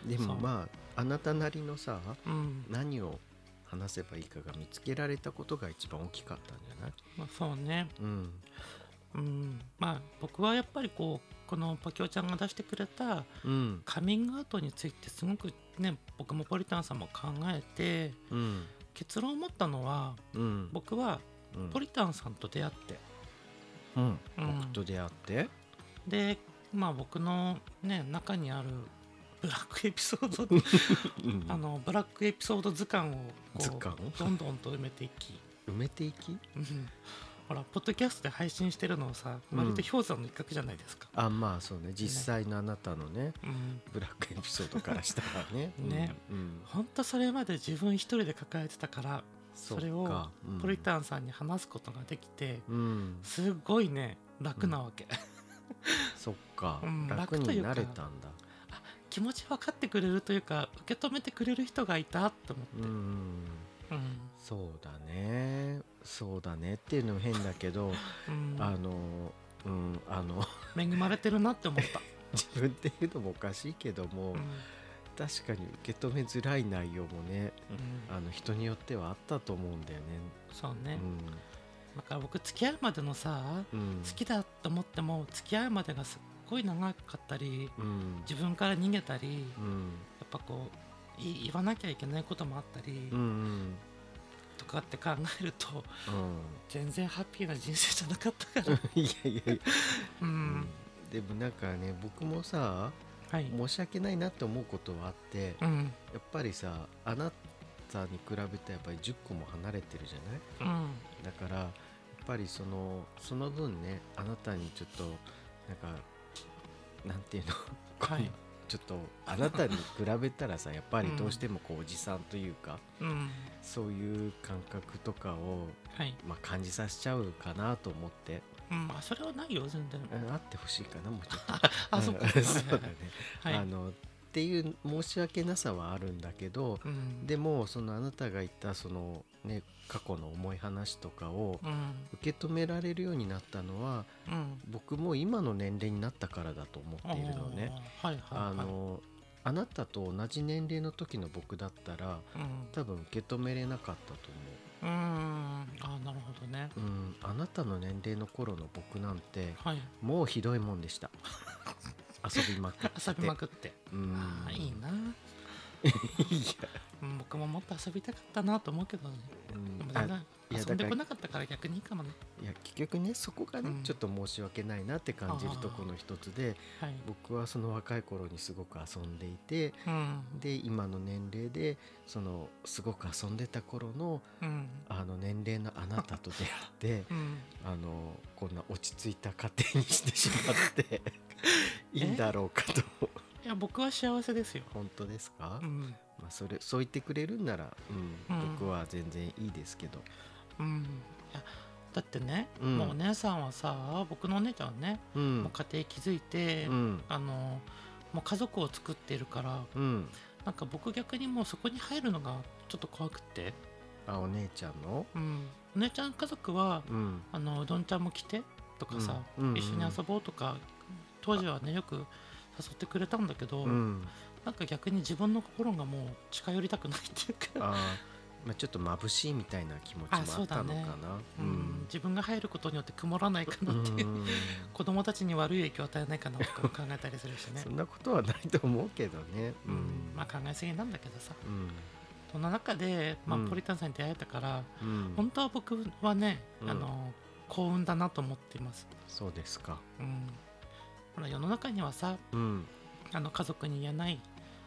Speaker 2: で
Speaker 1: そ
Speaker 2: も
Speaker 1: う
Speaker 2: まああなたなりのさ
Speaker 1: うん
Speaker 2: 何を話せばいいかが見つけられたことが一番大きかったんじゃない
Speaker 1: まあ、そうね
Speaker 2: うん
Speaker 1: うん、まあ僕はやっぱりこうこのパキオちゃんが出してくれた
Speaker 2: うん
Speaker 1: カミングアウトについてすごくね僕もポリタンさんも考えて
Speaker 2: うん
Speaker 1: 結論を持ったのは
Speaker 2: うん
Speaker 1: 僕は
Speaker 2: うん
Speaker 1: ポリタンさんと出会って、
Speaker 2: うん
Speaker 1: うん
Speaker 2: 僕と出会って
Speaker 1: でまあ僕のね中にあるブラックエピソード
Speaker 2: うん
Speaker 1: <laughs> あのブラックエピソード図鑑をこ
Speaker 2: 図
Speaker 1: う
Speaker 2: 鑑
Speaker 1: どんどんと埋めていき
Speaker 2: 埋めていき
Speaker 1: うんほらポッドキャストで配信してるのをさ
Speaker 2: うん
Speaker 1: 割と氷山の一角じゃないですか、
Speaker 2: あまあそうね実際のあなたのね
Speaker 1: うん、
Speaker 2: ブラックエピソードからしたら <laughs> ね
Speaker 1: ね
Speaker 2: うんうん
Speaker 1: ほんとそれまで自分一人で抱えてたから
Speaker 2: そ
Speaker 1: それを
Speaker 2: っかうん
Speaker 1: ポリタンさんに話すことができて
Speaker 2: うん
Speaker 1: すごいね楽なわけ、
Speaker 2: そっか
Speaker 1: うん
Speaker 2: 楽
Speaker 1: 楽とい
Speaker 2: に
Speaker 1: うか
Speaker 2: なれたんだ
Speaker 1: <laughs> 気持ち分かってくれるというか受け止めてくれる人がいたと思
Speaker 2: うん
Speaker 1: って、うん
Speaker 2: そうだねそうだねっていうのも変だけど
Speaker 1: うん
Speaker 2: あのうんあの <laughs>
Speaker 1: 恵まれてるなって思った、
Speaker 2: 自分っていうのもおかしいけども
Speaker 1: うん
Speaker 2: 確かに受け止めづらい内容もね
Speaker 1: うん
Speaker 2: あの人によってはあったと思うんだよね。
Speaker 1: そうね、
Speaker 2: うん
Speaker 1: だから僕付き合うまでのさ
Speaker 2: うん
Speaker 1: 好きだと思っても付き合うまでがすっごい長かったり
Speaker 2: うん
Speaker 1: 自分から逃げたり
Speaker 2: うん
Speaker 1: やっぱこうい言わなきゃいけないこともあったり
Speaker 2: うんうん
Speaker 1: とかって考えると
Speaker 2: うん
Speaker 1: 全然ハッピーな人生じゃなかったから
Speaker 2: いやいやいや、
Speaker 1: う
Speaker 2: うん
Speaker 1: <laughs>
Speaker 2: でもなんかね僕もさ
Speaker 1: はい
Speaker 2: 申し訳ないなって思うことはあって
Speaker 1: う
Speaker 2: や
Speaker 1: ん
Speaker 2: っぱりさあなたに比べてやっぱり10個も離れてるじゃない
Speaker 1: うん
Speaker 2: だからやっぱりそのその分ねあなたにちょっとなんかなんていうの、
Speaker 1: はい
Speaker 2: ちょっとあなたに比べたらさやっぱりどうしてもこうおじさんというか、
Speaker 1: うん
Speaker 2: そういう感覚とかを、
Speaker 1: はい
Speaker 2: まあ、感じさせちゃうかなと思って、
Speaker 1: うんまあそれはないよ全然
Speaker 2: うんあってほしいかなもうちょっと
Speaker 1: <laughs> あそっか
Speaker 2: <laughs> そうだね、
Speaker 1: <laughs> はい
Speaker 2: あのっていう申し訳なさはあるんだけど
Speaker 1: うん
Speaker 2: でもそのあなたが言ったそのね過去の重い話とかを
Speaker 1: うん
Speaker 2: 受け止められるようになったのは
Speaker 1: うん
Speaker 2: 僕も今の年齢になったからだと思っているのね。
Speaker 1: あーはいはいはい
Speaker 2: あのあなたと同じ年齢の時の僕だったら
Speaker 1: うん
Speaker 2: 多分受け止めれなかったと思
Speaker 1: うーんあーなるほどね
Speaker 2: う。うんあなたの年齢の頃の僕なんて
Speaker 1: はい
Speaker 2: もうひどいもん
Speaker 1: <laughs>
Speaker 2: でした。遊びまくって。
Speaker 1: 遊びまくって
Speaker 2: うん <laughs>
Speaker 1: あーいいなうん僕ももっと遊びたかったなと思うけどね
Speaker 2: うん
Speaker 1: でも
Speaker 2: あ
Speaker 1: 全然
Speaker 2: いや
Speaker 1: 遊んで
Speaker 2: だから
Speaker 1: こなかったから逆にいいかもね
Speaker 2: いや結局ねそこがね、
Speaker 1: うん
Speaker 2: ちょっと申し訳ないなって感じるところの一つで
Speaker 1: はい
Speaker 2: 僕はその若い頃にすごく遊んでいて
Speaker 1: うん
Speaker 2: で今の年齢でそのすごく遊んでた頃の
Speaker 1: うん
Speaker 2: あの年齢のあなたと出会
Speaker 1: <laughs>
Speaker 2: って
Speaker 1: うん
Speaker 2: あのこんな落ち着いた家庭にしてしまって
Speaker 1: <laughs>
Speaker 2: いいんだろうかと
Speaker 1: いや僕は幸せですよ
Speaker 2: 本当ですか、
Speaker 1: うん
Speaker 2: まあ、それそう言ってくれるんなら、うん
Speaker 1: うん
Speaker 2: 僕は全然いいですけど。
Speaker 1: うんいやだってね、
Speaker 2: うん
Speaker 1: もうお姉さんはさ僕のお姉ちゃんはね、
Speaker 2: うん
Speaker 1: もう家庭築いて、
Speaker 2: うん
Speaker 1: あのもう家族を作っているから
Speaker 2: うん、
Speaker 1: なんか僕逆にもうそこに入るのがちょっと怖くって、
Speaker 2: あお姉ちゃんの、
Speaker 1: うん、お姉ちゃん家族は
Speaker 2: うん、
Speaker 1: あのうどんちゃんも来てとかさ、
Speaker 2: うんうん
Speaker 1: 一緒に遊ぼうとか当時はねよく誘ってくれたんだけど、
Speaker 2: うん、
Speaker 1: なんか逆に自分の心がもう近寄りたくないっていうか
Speaker 2: あー、まあ、ちょっと眩しいみたいな気持ちもあ
Speaker 1: あそう
Speaker 2: っ
Speaker 1: だ
Speaker 2: たの
Speaker 1: ね
Speaker 2: かな。
Speaker 1: うん自分が入ることによって曇らないかなっていう、
Speaker 2: うん
Speaker 1: 子供たちに悪い影響を与えないかなとかも考えたりするしね
Speaker 2: <laughs> そ、んなことはないと思うけどね。う
Speaker 1: うんん、まあ考えすぎなんだけどさ
Speaker 2: うん
Speaker 1: そんな中で、まあ
Speaker 2: うん
Speaker 1: ポリタンさんに出会えたから、
Speaker 2: うん
Speaker 1: 本当は僕はね、
Speaker 2: うん
Speaker 1: あの幸運だなと思っています、
Speaker 2: そうですか。
Speaker 1: うん、ほら世の中にはさ
Speaker 2: うん
Speaker 1: あの家族に言えない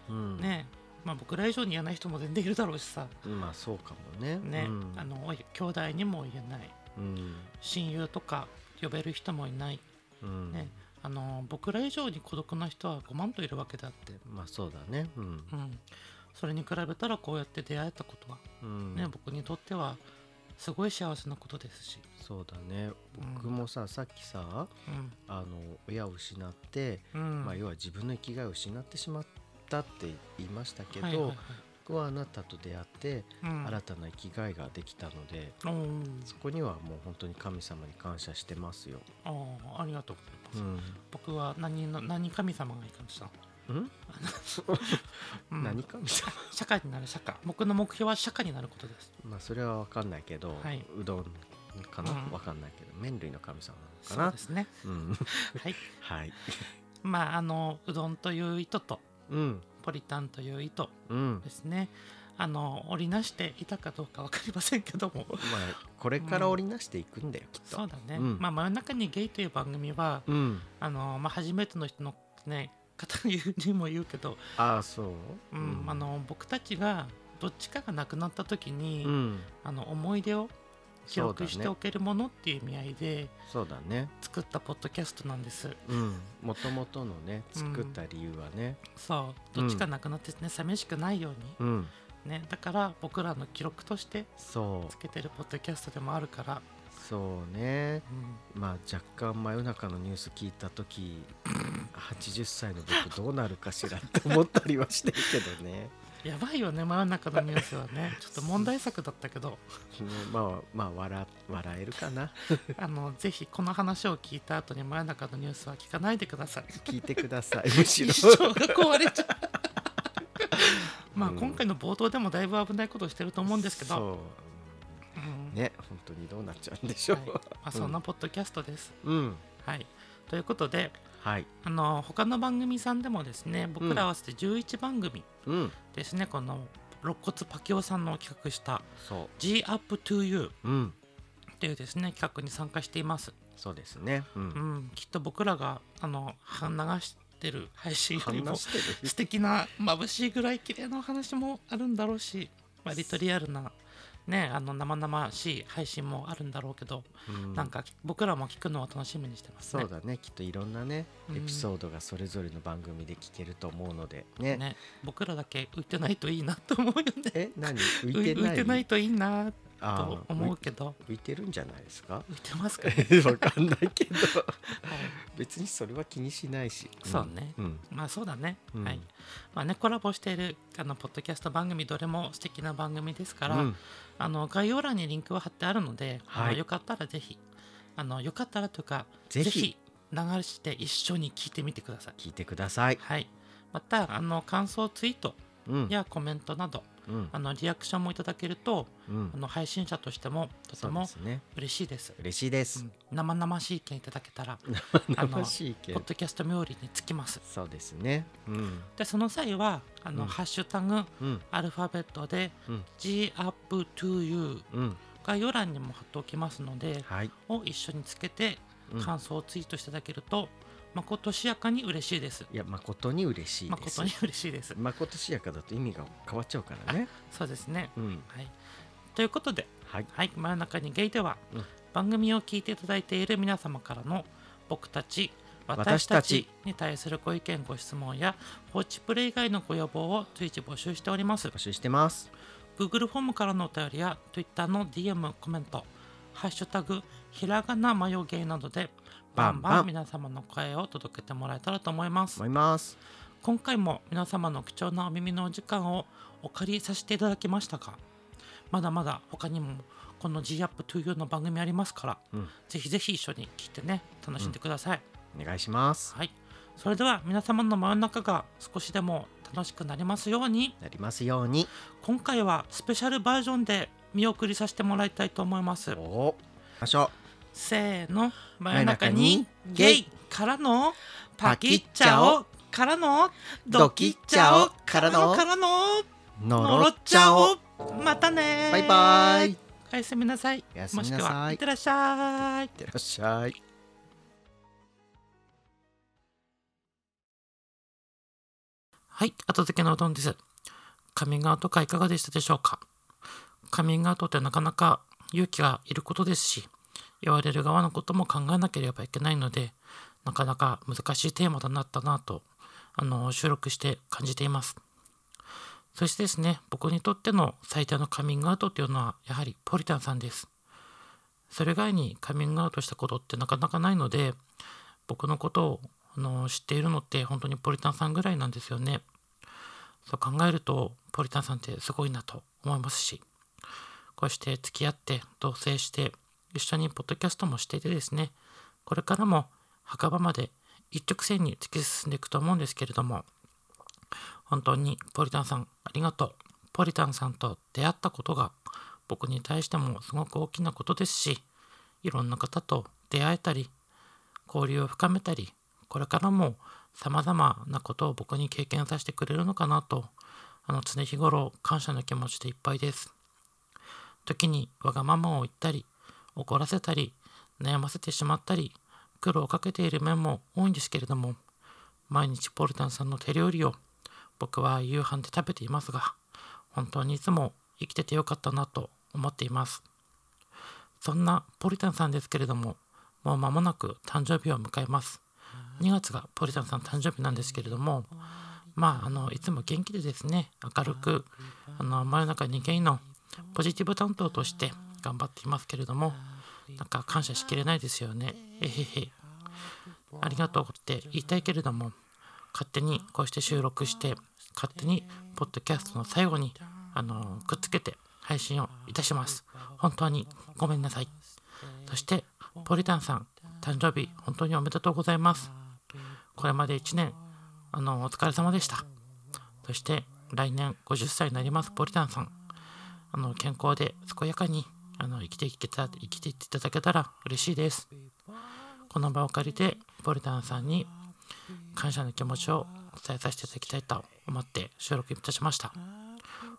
Speaker 2: うん、
Speaker 1: ね、まあ、僕ら以上に言えない人も全然いるだろうしさ、
Speaker 2: まあそうかもね。
Speaker 1: ね
Speaker 2: うん、
Speaker 1: あのおい兄弟にも言えない
Speaker 2: うん
Speaker 1: 親友とか呼べる人もいない、
Speaker 2: うん
Speaker 1: ねあの僕ら以上に孤独な人は5万といるわけだって、
Speaker 2: まあそうだね。うん
Speaker 1: うん、それに比べたらこうやって出会えたことは、
Speaker 2: うん
Speaker 1: ね僕にとってはすごい幸せなことですし、
Speaker 2: そうだね。僕もさ、さっきさ
Speaker 1: うん
Speaker 2: あの親を失って、
Speaker 1: うん
Speaker 2: まあ、要は自分の生きがいを失ってしまったって言いましたけど、
Speaker 1: はいはいはい
Speaker 2: 僕はあなたと出会って
Speaker 1: うん
Speaker 2: 新たな生きがいができたので、
Speaker 1: うん
Speaker 2: そこにはもう本当に神様に感謝してますよ。
Speaker 1: あーありがとうござい
Speaker 2: う
Speaker 1: ます、
Speaker 2: ん
Speaker 1: 僕は何の何神様がいい <laughs> かも
Speaker 2: <laughs>
Speaker 1: しれ
Speaker 2: うん
Speaker 1: ん、うん、
Speaker 2: 何神様
Speaker 1: 社会になる社会僕の目標は社会になることです
Speaker 2: まあそれは分かんないけど、
Speaker 1: はいう
Speaker 2: どんかな、
Speaker 1: うん
Speaker 2: わかんないけど麺類の神様なのか
Speaker 1: そう
Speaker 2: な
Speaker 1: ですね
Speaker 2: うん
Speaker 1: <laughs> はい
Speaker 2: はい
Speaker 1: まああのうどんという糸と
Speaker 2: うん
Speaker 1: ポリタンという糸
Speaker 2: うん
Speaker 1: ですねあの織りなしていたかどうか分かりませんけども
Speaker 2: まあこれから織りなしていくんだよ、きっと
Speaker 1: そうだね、
Speaker 2: うん
Speaker 1: まあ真夜中にゲイという番組は
Speaker 2: うん
Speaker 1: あの、まあ、初めての人のね方にも言うけど、
Speaker 2: ああそう
Speaker 1: うんあの僕たちがどっちかが亡くなった時に、
Speaker 2: うん
Speaker 1: あの思い出を記録しておけるものっていう意味合いで
Speaker 2: そうだね
Speaker 1: 作ったポッドキャストなんです
Speaker 2: うんもともとのね
Speaker 1: うん
Speaker 2: 作った理由はね
Speaker 1: そうどっちかなくなってね、寂しくないよう
Speaker 2: うん、
Speaker 1: にねだから僕らの記録として
Speaker 2: そ
Speaker 1: つけてるポッドキャストでもあるから、
Speaker 2: うそうね
Speaker 1: うん
Speaker 2: まあ若干真夜中のニュース聞いた時80歳の僕どうなるかしらって思ったりはしてるけどね
Speaker 1: やばいよね真夜中のニュースはね <laughs> ちょっと問題作だったけど
Speaker 2: ねまあまあ笑笑えるかな
Speaker 1: あのぜひこの話を聞いた後に真夜中のニュースは聞かないでください
Speaker 2: 聞いてくださ
Speaker 1: <laughs>
Speaker 2: いむし
Speaker 1: 一
Speaker 2: ろ
Speaker 1: 生が壊れちゃうまあ、
Speaker 2: うん
Speaker 1: 今回の冒頭でもだいぶ危ないことをしてると思うんですけど
Speaker 2: そ
Speaker 1: う
Speaker 2: う
Speaker 1: ん
Speaker 2: ね本当にどうなっちゃうんでしょう、
Speaker 1: はいまあ、そんなポッドキャストです、
Speaker 2: うん
Speaker 1: はいということで
Speaker 2: はい
Speaker 1: あの他の番組さんでもですね僕ら合わせて11番組
Speaker 2: うん
Speaker 1: ですね、この肋骨パキオさんの企画した
Speaker 2: そ
Speaker 1: 「G Up to You
Speaker 2: ううん」
Speaker 1: っていうですね企画に参加しています、
Speaker 2: そうですねう
Speaker 1: うんん、きっと僕らがあのは流してる配信よりも
Speaker 2: 話してる
Speaker 1: 素敵な眩しいぐらい綺麗なお話もあるんだろうし割とリアルなねあの生々しい配信もあるんだろうけど、
Speaker 2: うん
Speaker 1: <laughs> なんか僕らも聞くのを楽しみにしてますね
Speaker 2: そうだねきっといろんなね
Speaker 1: うん
Speaker 2: エピソードがそれぞれの番組で聞けると思うので
Speaker 1: ね
Speaker 2: ね
Speaker 1: 僕らだけ浮いてないといいなと思うよね
Speaker 2: え何浮
Speaker 1: 浮い
Speaker 2: いてな
Speaker 1: 浮
Speaker 2: い
Speaker 1: いてないといいな
Speaker 2: あ
Speaker 1: と
Speaker 2: ー
Speaker 1: 思う
Speaker 2: 浮い
Speaker 1: けど
Speaker 2: 浮いてるんじゃないですか <laughs>
Speaker 1: 浮いてますか、ね、
Speaker 2: わかんないけど
Speaker 1: はい
Speaker 2: 別にそれは気にしないし
Speaker 1: そうね
Speaker 2: うん
Speaker 1: まあそうだね、
Speaker 2: うん
Speaker 1: はいまあねコラボしているあのポッドキャスト番組どれも素敵な番組ですから、
Speaker 2: うん
Speaker 1: あの概要欄にリンクを貼ってあるので、あ
Speaker 2: は
Speaker 1: の
Speaker 2: い
Speaker 1: よかったらぜひあのよかったらというか
Speaker 2: ぜひ
Speaker 1: 流して一緒に聞いてみてください
Speaker 2: 聞いてください
Speaker 1: はいまたあの感想ツイート
Speaker 2: うん
Speaker 1: やコメントなど、
Speaker 2: うん
Speaker 1: あのリアクションもいただけると
Speaker 2: うん
Speaker 1: あの配信者としてもとて
Speaker 2: そうで
Speaker 1: も
Speaker 2: すね
Speaker 1: 嬉しいです
Speaker 2: 嬉しいです
Speaker 1: うん生々しい意見いただけたらあの
Speaker 2: 生々しいけ
Speaker 1: ポ
Speaker 2: ど
Speaker 1: ッドキャスト冥利につきます
Speaker 2: そうですねうん
Speaker 1: でその際はあの、
Speaker 2: うん
Speaker 1: ハッシュタグ
Speaker 2: うん
Speaker 1: アルファベットで
Speaker 2: うん
Speaker 1: GUPTOYOU
Speaker 2: うん
Speaker 1: 概要欄にも貼っておきますので、
Speaker 2: はい
Speaker 1: を一緒につけて
Speaker 2: うん
Speaker 1: 感想をツイートしていただけると、まことしやかに嬉しいです
Speaker 2: いや誠に嬉しい
Speaker 1: ま
Speaker 2: で
Speaker 1: こ
Speaker 2: す
Speaker 1: とに嬉しいです
Speaker 2: 誠しやかだと意味が変わっちゃうからね
Speaker 1: そうですね、
Speaker 2: うん
Speaker 1: はい、ということで、
Speaker 2: はい
Speaker 1: はい、真夜中にゲイでは、
Speaker 2: うん
Speaker 1: 番組を聞いていただいている皆様からの僕たち私
Speaker 2: 私
Speaker 1: た
Speaker 2: た
Speaker 1: ち
Speaker 2: ち
Speaker 1: に対するご意見ご質問や放置プレイ以外のご要望を随時募集しております
Speaker 2: 募集してます
Speaker 1: Google フォームからのお便りや Twitter の DM コメント「ハッシュタグひらがなマヨゲイ」などでバンバ
Speaker 2: バンバ
Speaker 1: ン
Speaker 2: ン
Speaker 1: 皆様の声を届けてもらえたらと思います
Speaker 2: 思います
Speaker 1: 今回も皆様の貴重なお耳のお時間をお借りさせていただきましたがまだまだ他にもこの G アップ to you の番組ありますから、
Speaker 2: うん
Speaker 1: ぜひぜひ一緒に聞いてね楽しんでください、
Speaker 2: お願いします
Speaker 1: はいそれでは皆様の真夜中が少しでも楽しくなりますように
Speaker 2: なりますように
Speaker 1: 今回はスペシャルバージョンで見送りさせてもらいたいと思います
Speaker 2: おお行きましょ
Speaker 1: せーの真夜中に
Speaker 2: 真夜中に
Speaker 1: ゲ
Speaker 2: ゲ
Speaker 1: イ
Speaker 2: イ
Speaker 1: からのパ
Speaker 2: パ
Speaker 1: キ
Speaker 2: キ
Speaker 1: ッ
Speaker 2: ッ
Speaker 1: チ
Speaker 2: チ
Speaker 1: ャ
Speaker 2: ャ
Speaker 1: オ
Speaker 2: オ
Speaker 1: からのド
Speaker 2: ド
Speaker 1: キ
Speaker 2: キ
Speaker 1: ッ
Speaker 2: ッ
Speaker 1: チ
Speaker 2: チ
Speaker 1: ャ
Speaker 2: ャ
Speaker 1: オ
Speaker 2: オ
Speaker 1: からのからの
Speaker 2: う
Speaker 1: の
Speaker 2: の
Speaker 1: ろ
Speaker 2: ろ
Speaker 1: っ
Speaker 2: っ
Speaker 1: ち
Speaker 2: ち
Speaker 1: ゃ
Speaker 2: ゃ
Speaker 1: お
Speaker 2: お
Speaker 1: またねー
Speaker 2: バイバイいっ
Speaker 1: おやすみなさい
Speaker 2: おやすみなさい
Speaker 1: もしくはいってらっしゃい
Speaker 2: てらっしゃい
Speaker 1: はい後付けのうどんですカミングアウト会いかがでしたでしょうかカミングアウトってなかなか勇気がいることですし言われる側のことも考えなければいけないのでなかなか難しいテーマだなったなとあの収録して感じていますそしてですね僕にとっての最大のカミングアウトというのはやはりポリタンさんですそれ以外にカミングアウトしたことってなかなかないので僕のことをあの知っているのって本当にポリタンさんぐらいなんですよねそう考えるとポリタンさんってすごいなと思いますしこうして付き合って同棲して一緒にポッドキャストもしていてですねこれからも墓場まで一直線に突き進んでいくと思うんですけれども本当にポリタンさんありがとうポリタンさんと出会ったことが僕に対してもすごく大きなことですしいろんな方と出会えたり交流を深めたりこれからもさまざまなことを僕に経験させてくれるのかなとあの常日頃感謝の気持ちでいっぱいです時にわがままを言ったり怒らせたり悩ませてしまったり苦労をかけている面も多いんですけれども毎日ポルタンさんの手料理を僕は夕飯で食べていますが本当にいつも生きててよかったなと思っていますそんなポリタンさんですけれどももう間もなく誕生日を迎えます2月がポリタンさん誕生日なんですけれどもまああのいつも元気でですね明るくあの真夜中にゲイのポジティブ担当として頑張っていますけれどもなんか感謝しきれないですよねえへへありがとうって言いたいけれども勝手にこうして収録して勝手にポッドキャストの最後にあのくっつけて配信をいたします本当にごめんなさいそしてポリタンさん誕生日本当におめでとうございますこれまで1年あのお疲れ様でしたそして来年50歳になりますポリタンさんあの健康で健やかにあの生きていけた生きていっていただけたら嬉しいですこの場を借りてポリタンさんに感謝の気持ちを伝えさせていただきたいと思って収録いたしました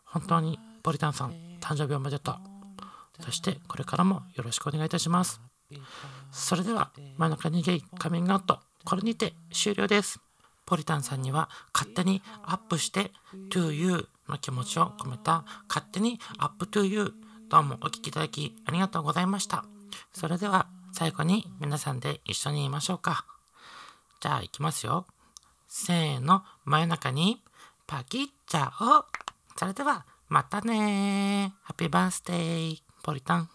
Speaker 1: 本当にポリタンさん誕生日おめでとうそしてこれからもよろしくお願いいたしますそれでは真ん中にゲイカミングアウトこれにて終了ですポリタンさんには勝手にアップして to you の気持ちを込めた勝手にアップ to you どうもお聞きいただきありがとうございましたそれでは最後に皆さんで一緒に言いましょうかじゃあ行きますよせーの真夜中にパキッチャオそれではまたねーハッピーバースデーポリタン